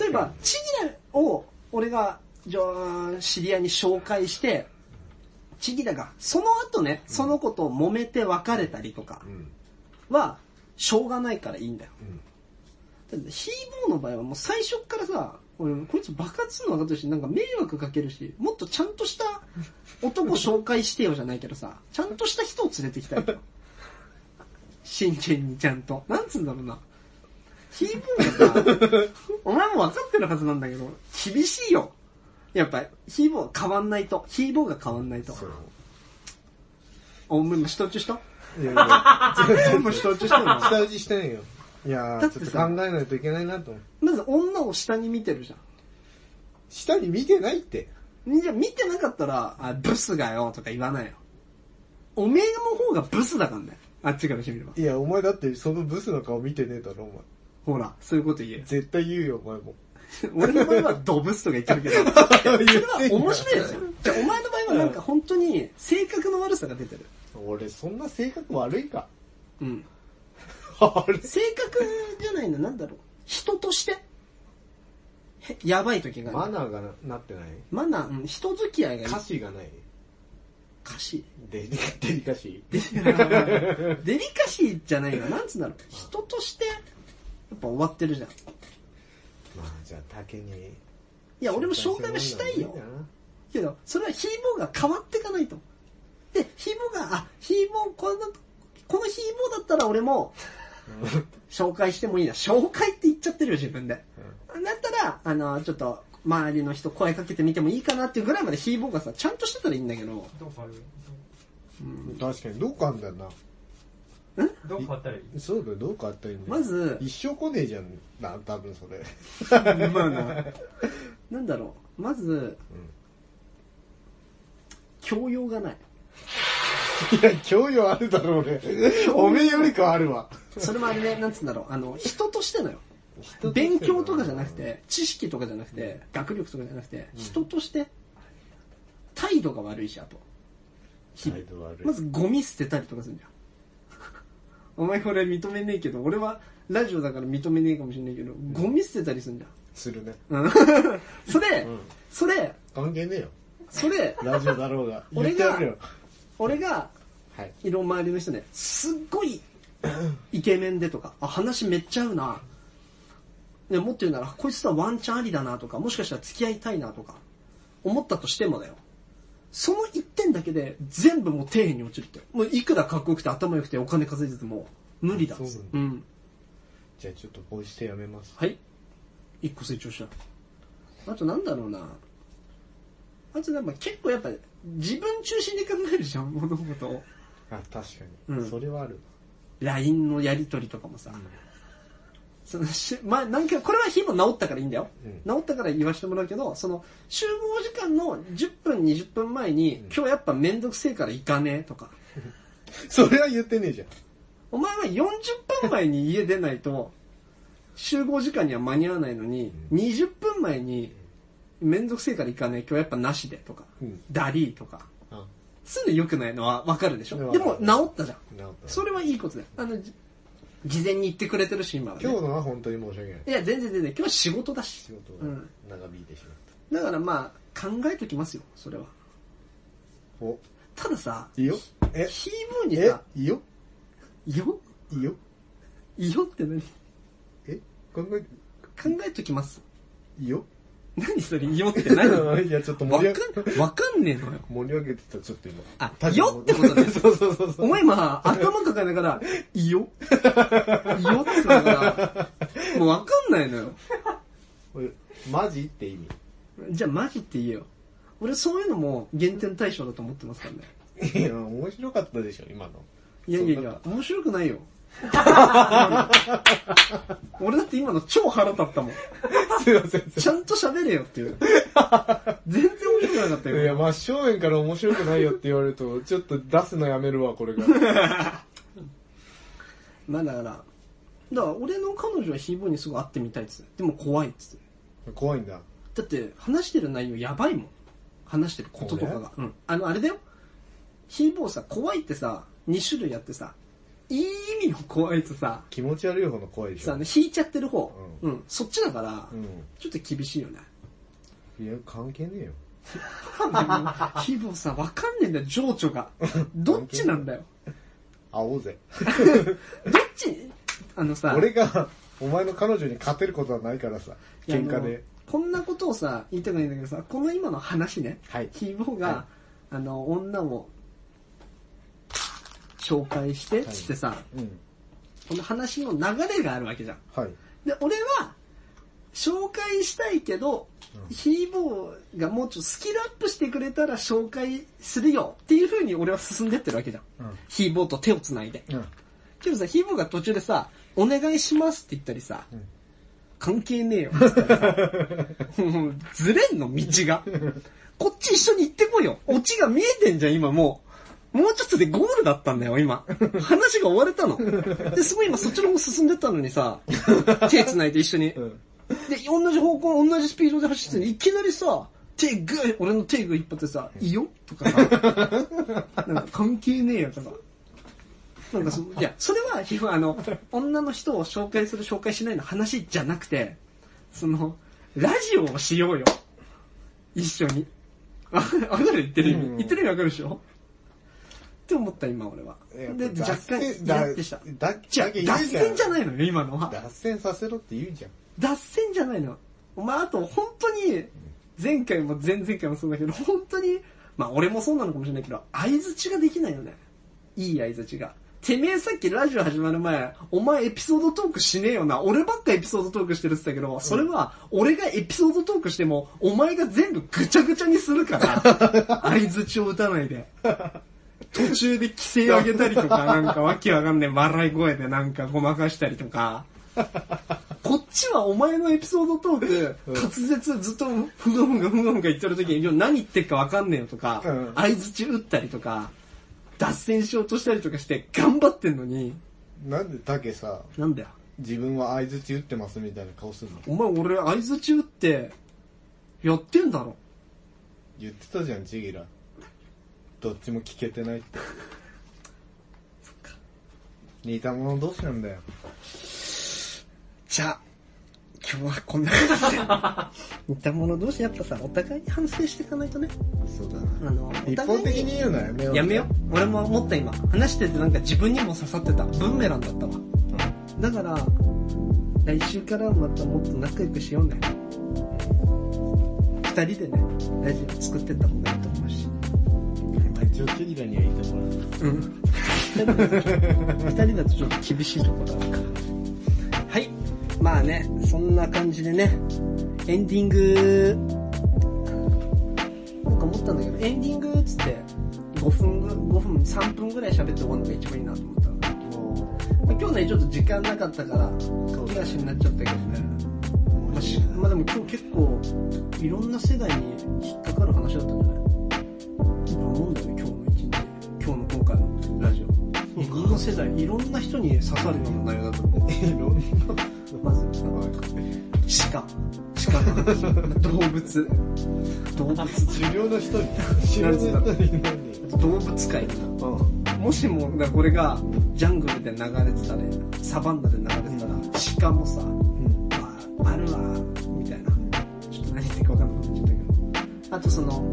Speaker 1: 例えば、チギラを、俺が、じゃあ、知り合いに紹介して、チギラが、その後ね、その子と揉めて別れたりとか
Speaker 2: ん
Speaker 1: は、しょうがないからいいんだよ
Speaker 2: ん。
Speaker 1: だってヒーボーの場合はもう最初っからさ、俺、こいつ爆発するの分かってるし、なんか迷惑かけるし、もっとちゃんとした男紹介してよじゃないけどさ、ちゃんとした人を連れてきたいと。真剣にちゃんと。なんつうんだろうな。ヒーボーがさ、お前も分かってるはずなんだけど、厳しいよ。やっぱ、ヒーボー変わんないと。ヒーボーが変わんないと。
Speaker 2: そう
Speaker 1: お前も人打ちした
Speaker 2: いやい や、
Speaker 1: 全部人打ちしたの
Speaker 2: 下打ちしてないよ。いや
Speaker 1: だっ
Speaker 2: ー、ち
Speaker 1: て
Speaker 2: ょっ
Speaker 1: さ
Speaker 2: と考えないといけないなと思う。
Speaker 1: まず女を下に見てるじゃん。
Speaker 2: 下に見てないって。
Speaker 1: じゃあ見てなかったら、あ、ブスがよとか言わないよ。おめえの方がブスだからね。あっちからしてみれば。
Speaker 2: いや、お前だってそのブスの顔見てねえだろ、お前。
Speaker 1: ほら、そういうこと言えよ。
Speaker 2: 絶対言うよ、お前も。
Speaker 1: 俺の場合はドブスとか言ってるけど、 それ
Speaker 2: 言ってんだ
Speaker 1: は面白いですよ。じゃあお前の場合はなんか本当に性格の悪さが出てる。
Speaker 2: 俺、そんな性格悪いか。
Speaker 1: うん。
Speaker 2: あれ
Speaker 1: 性格じゃないの、なんだろう。人として、へやばい時があ
Speaker 2: マ
Speaker 1: る。
Speaker 2: ナーがななってない
Speaker 1: マナー、うん、人付き合いがいい
Speaker 2: 歌。詞がない
Speaker 1: 歌詞。
Speaker 2: デリデリカシ ー
Speaker 1: デリカシーじゃないよ。なんつうんだろう。人として、やっぱ終わってるじゃん。
Speaker 2: まあじゃあ竹に。
Speaker 1: いや、俺も紹介もしたいよ。けど、それはヒーボーが変わっていかないと。で、ヒーボーが、あ、ヒーボー、こんな、このヒーボーだったら俺も、紹介してもいいな。紹介って言っちゃってるよ、自分で。だったら、あの、ちょっと、周りの人声かけてみてもいいかなっていうぐらいまでヒーボーがさ、ちゃんとしてたらいいんだけど、
Speaker 6: どう変わる
Speaker 2: 確かに、どうかあんだよな。
Speaker 6: どう変わったらいい
Speaker 2: そうだよ、どうかあったらいいんだよ
Speaker 1: まず
Speaker 2: 一生来ねえじゃんな、多分それ。
Speaker 1: まあな。なんだろう。まず、教養がない。
Speaker 2: いや、教養あるだろ、俺。おめえよりかはあるわ。
Speaker 1: それもあれね、なんつうんだろう。あの、人としてのよ。
Speaker 2: 人としての
Speaker 1: 勉強とかじゃなくて、知識とかじゃなくて、学力とかじゃなくて、人として、態度が悪いし、あと。
Speaker 2: 態度悪い
Speaker 1: まずゴミ捨てたりとかするじゃん。お前これ認めねえけど、俺はラジオだから認めねえかもしれないけど、ゴミ捨てたりするじゃん。
Speaker 2: するね。
Speaker 1: それ、それ、
Speaker 2: 関係ねえよ。
Speaker 1: それ、
Speaker 2: ラジオだろうが。言
Speaker 1: 俺
Speaker 2: っ
Speaker 1: が
Speaker 2: てやるよ。
Speaker 1: 俺が、
Speaker 2: はい。
Speaker 1: いろんな周りの人ね、すっごいイケメンでとか、あ、話めっちゃ合うな。ね、もっと言うなら、こいつとはワンチャンありだなとか、もしかしたら付き合いたいなとか、思ったとしてもだよ。その一点だけで全部もう底辺に落ちるって。もういくらかっこよくて頭良くてお金稼いでても無理だっつ
Speaker 2: そうなん
Speaker 1: う
Speaker 2: だ
Speaker 1: ん。
Speaker 2: じゃあちょっとボイスてやめます。
Speaker 1: はい。一個成長した。あとなんだろうな。あとなんか結構やっぱ自分中心で考えるじゃん、物事を。
Speaker 2: あ、確か
Speaker 1: う
Speaker 2: に。
Speaker 1: ん
Speaker 2: それはある。
Speaker 1: LINE のやりとりとかもさ、そのしまあ、なんかこれは日も治ったからいいんだよ、
Speaker 2: う
Speaker 1: 治ったから言わせてもらうけどその集合時間の10分20分前に、今日やっぱめんどくせえから行かねえとか
Speaker 2: それは言ってねえじゃん。
Speaker 1: お前は40分前に家出ないと集合時間には間に合わないのに、20分前にめんどくせえから行かねえ今日やっぱなしでとか、
Speaker 2: うん
Speaker 1: ダリーとか
Speaker 2: あ、
Speaker 1: すぐ良くないのはわかるでしょ
Speaker 2: わか
Speaker 1: で
Speaker 2: る
Speaker 1: も治ったじゃん
Speaker 2: 治った
Speaker 1: それはいいことだよあのじ事前に言ってくれてるし今は、ね、
Speaker 2: 今日のは本当に申し訳ない。
Speaker 1: いや、全然全然。今日仕事だし
Speaker 2: 仕。事
Speaker 1: う
Speaker 2: が
Speaker 1: ん
Speaker 2: 長引いてしまった。
Speaker 1: だからまあ、考えときますよ、それは。
Speaker 2: お、
Speaker 1: たださ、
Speaker 2: いいよ。え、
Speaker 1: ヒーボーに
Speaker 2: え
Speaker 1: さ、、
Speaker 2: いいよ。
Speaker 1: よ
Speaker 2: いいよ。
Speaker 1: よって何考
Speaker 2: え、考え、
Speaker 1: えときます。
Speaker 2: いいよ。
Speaker 1: 何それ、よって何わ
Speaker 2: いや、ちょっと
Speaker 1: かん
Speaker 2: 盛り上げ、、
Speaker 1: わかんねえのよ。
Speaker 2: 盛り上げてた、ちょっと今。
Speaker 1: あ
Speaker 2: 確かに
Speaker 1: よってことね
Speaker 2: そうそうそうそ
Speaker 1: お
Speaker 2: う。
Speaker 1: 前今、頭抱えながら、いよ。いよってだから、もうわかんないのよ。
Speaker 2: 俺マジって意味。
Speaker 1: じゃあマジって言えよ。俺そういうのも減点対象だと思ってますからね。
Speaker 2: いや、面白かったでしょ、今の。
Speaker 1: いやいやい
Speaker 2: そんな
Speaker 1: や、面白くないよ。俺だって今の超腹立ったもん。
Speaker 2: すいません。
Speaker 1: ちゃんと喋れよっていう。全然面白くなかった
Speaker 2: いや、
Speaker 1: よ。
Speaker 2: 真正面から面白くないよって言われると、ちょっと出すのやめるわ、これから。
Speaker 1: まあだから、だから俺の彼女はヒーボーにすごい会ってみたいっつって。でも怖いっつって。
Speaker 2: 怖いんだ。
Speaker 1: だって話してる内容やばいもん。話してることとかが。うん。あの、あれだよ。ヒーボーさ、怖いってさ、2種類やってさ、いい意味の怖いってさ、
Speaker 2: 気持ち悪い方の怖いでし
Speaker 1: さ、
Speaker 2: ょ。
Speaker 1: あの引いちゃってる方、
Speaker 2: う
Speaker 1: うん。そっちだから、
Speaker 2: う
Speaker 1: ちょっと厳しいよね。
Speaker 2: ん。いや、関係ねえよ。
Speaker 1: ヒーボーさ、わかんねえんだよ、情緒 が。どっちなんだよ。
Speaker 2: 会おうぜ。
Speaker 1: どっちあのさ、
Speaker 2: 俺が、お前の彼女に勝てることはないからさ、
Speaker 1: いや
Speaker 2: 喧嘩
Speaker 1: あの
Speaker 2: で。
Speaker 1: こんなことをさ、言いたくないんだけどさ、この今の話ね、
Speaker 2: はい
Speaker 1: ヒーボーが、あの、女を、紹介して、つってさ、
Speaker 2: うん。
Speaker 1: この話の流れがあるわけじゃん。
Speaker 2: はい。
Speaker 1: で、俺は、紹介したいけど、ヒーボーがもうちょっとスキルアップしてくれたら紹介するよっていう風に俺は進んでってるわけじゃん。
Speaker 2: うん
Speaker 1: ヒーボーと手を繋いで。
Speaker 2: うん。
Speaker 1: けどさ、ヒーボーが途中でさ、お願いしますって言ったりさ、
Speaker 2: ん
Speaker 1: 関係ねえよっつったりさ。もうずれんの道が。こっち一緒に行ってこいよ。オチが見えてんじゃん、今もう。もうちょっとでゴールだったんだよ、今。話が終われたの。で、すごい今そっちの方進んでったのにさ、手繋いで一緒に。
Speaker 2: ん
Speaker 1: で、同じ方向、同じスピードで走ってて、いきなりさ、手グー、俺の手グー引っ張ってさ、いいよとかさ、 なんか関係ねえよとか。なんかそ、いや、それは、今あの、女の人を紹介する、紹介しないの話じゃなくて、その、ラジオをしようよ。一緒に。わわかる言ってる意味。言ってる意味わかるでしょって思った、今俺は。
Speaker 2: い
Speaker 1: で
Speaker 2: や、
Speaker 1: 若
Speaker 2: 脱
Speaker 1: 干、
Speaker 2: 線
Speaker 1: イラってした。
Speaker 2: だだ
Speaker 1: じゃあ、
Speaker 2: 言うじゃ
Speaker 1: 脱
Speaker 2: ん
Speaker 1: 線じゃないのよ、今のは。
Speaker 2: 脱線させろって言うじゃん。
Speaker 1: 脱線じゃないの。まあ、あと、本当に、前回も前々回もそうだけど、本当に、まあ、俺もそうなのかもしれないけど、相づちができないよね。いい相づちが。てめえさっきラジオ始まる前、お前エピソードトークしねえよな。俺ばっかエピソードトークしてるって言ったけど、それは、俺がエピソードトークしても、お前が全部ぐちゃぐちゃにするから、相づちを打たないで。途中で規制上げたりとか、なんかわけわかんない笑い声でなんかごまかしたりと か。こっちはお前のエピソードトーク、滑舌ずっとふがふがふがふが言ってる時に、何言ってるかわかんねえよとか
Speaker 2: うん、
Speaker 1: 相づち打ったりとか、脱線しようとしたりとかして頑張ってんのに、
Speaker 2: なんでだけさ、
Speaker 1: なんだよ。
Speaker 2: 自分は相槌打ってますみたいな顔するの
Speaker 1: お前俺相づち打って、やってんだろ。
Speaker 2: 言ってたじゃん、ジギラ。どっちも聞けてな いって。似た者同士なんだよ。
Speaker 1: じゃあ、今日はこんな感じで。似た者同士やっぱさ、お互いに反省していかないとね。
Speaker 2: そうだ
Speaker 1: あ
Speaker 2: な。
Speaker 1: の、お互い
Speaker 2: 一方的に言うのはやめよう。
Speaker 1: やめよ。俺も思った今。話しててなんか自分にも刺さってた。ブーメランだったわ。だから、来週からはまたもっと仲良くしようね。二人でね、ラジオ作ってった方がいいと思うし。
Speaker 2: 一応ジギラには言ってもらう。
Speaker 1: うん。二人だとちょっと厳しいところあるから。はい。まあね、そんな感じでね、エンディング、なんか思ったんだけど、エンディングっつって、5分ぐ、5分、3分ぐらい喋って終わるのが一番いいなと思ったの
Speaker 2: も
Speaker 1: まあ、今日ね、ちょっと時間なかったから、
Speaker 2: う
Speaker 1: 駆け足になっちゃったけどね。 まあしまあでも今日結構、いろんな世代に引っかかる話だったんじゃない今思うんだよね、今日の一日。今日の今回のラジオ。いろんな世代、いろんな人に刺さるような内容だと思う。
Speaker 2: ういろんな。
Speaker 1: まず、鹿。鹿の話。動物。動物。
Speaker 2: 狩猟の人に、狩猟の人に何人
Speaker 1: 動物界。
Speaker 2: うん。
Speaker 1: もしも、だからこれが、ジャングルで流れてたね、サバンナで流れてたら、鹿もさ、ああるわみたいなちょっと何言ってるか分かんなくなっちゃったけどあとその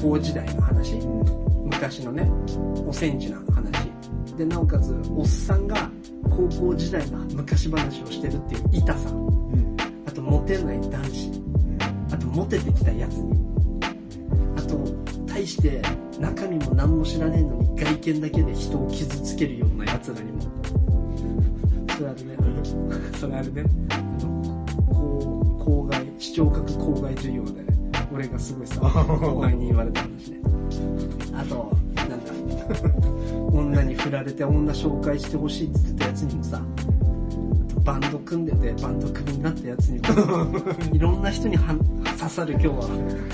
Speaker 1: 高校時代の話昔のねおセンチナの話でなおかつおっさんが高校時代の昔話をしてるっていう痛さ
Speaker 2: うん。
Speaker 1: あとモテない男子あとモテてきたやつにあと対して中身も何も知らねえのに外見だけで人を傷つけるようなやつらにもそれあるね それあるねあのこう郊外視聴覚郊外授 業で俺がすごいさ後輩に言われた話ねあとなんだ女に振られて女紹介してほしいって言ってたやつにもさあとバンド組んでてバンド組になったやつに もいろんな人には刺さる今日は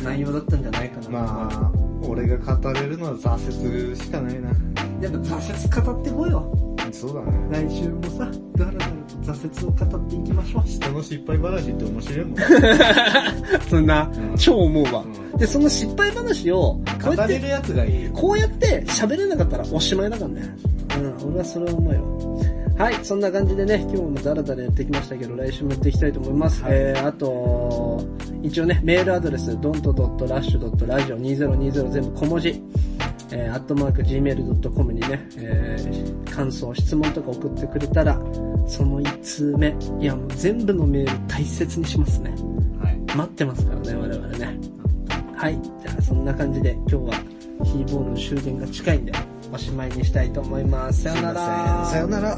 Speaker 1: 内容だったんじゃないかなと思う、
Speaker 2: まあ、俺が語れるのは挫折しかないな。
Speaker 1: やっぱ挫折語ってこいよ
Speaker 2: そうだね。
Speaker 1: 来週もさだらだらと挫折を語っていきましょう
Speaker 2: 人の失敗話って面白いもん。
Speaker 1: そんな、
Speaker 2: ん
Speaker 1: 超思うわ、
Speaker 2: うん
Speaker 1: でその失敗話をこうや
Speaker 2: 語
Speaker 1: っ
Speaker 2: れる
Speaker 1: て
Speaker 2: やつがいい。
Speaker 1: こうやって喋れなかったらおしまいだからねうん俺はそれは思うよはいそんな感じでね今日もダラダラやってきましたけど来週もやっていきたいと思います、えー、あと一応ねメールアドレス don't.rush.radio2020 全部小文字えー、アットマーク gmail.com にね、えー、感想、質問とか送ってくれたら、その1通目、いやもう全部のメール大切にしますね。
Speaker 6: はい。
Speaker 1: 待ってますからね、我々ね。はい。じゃあ、そんな感じで、今日は、ヒーボーの終電が近いんで、おしまいにしたいと思います。さよなら。
Speaker 2: さよなら。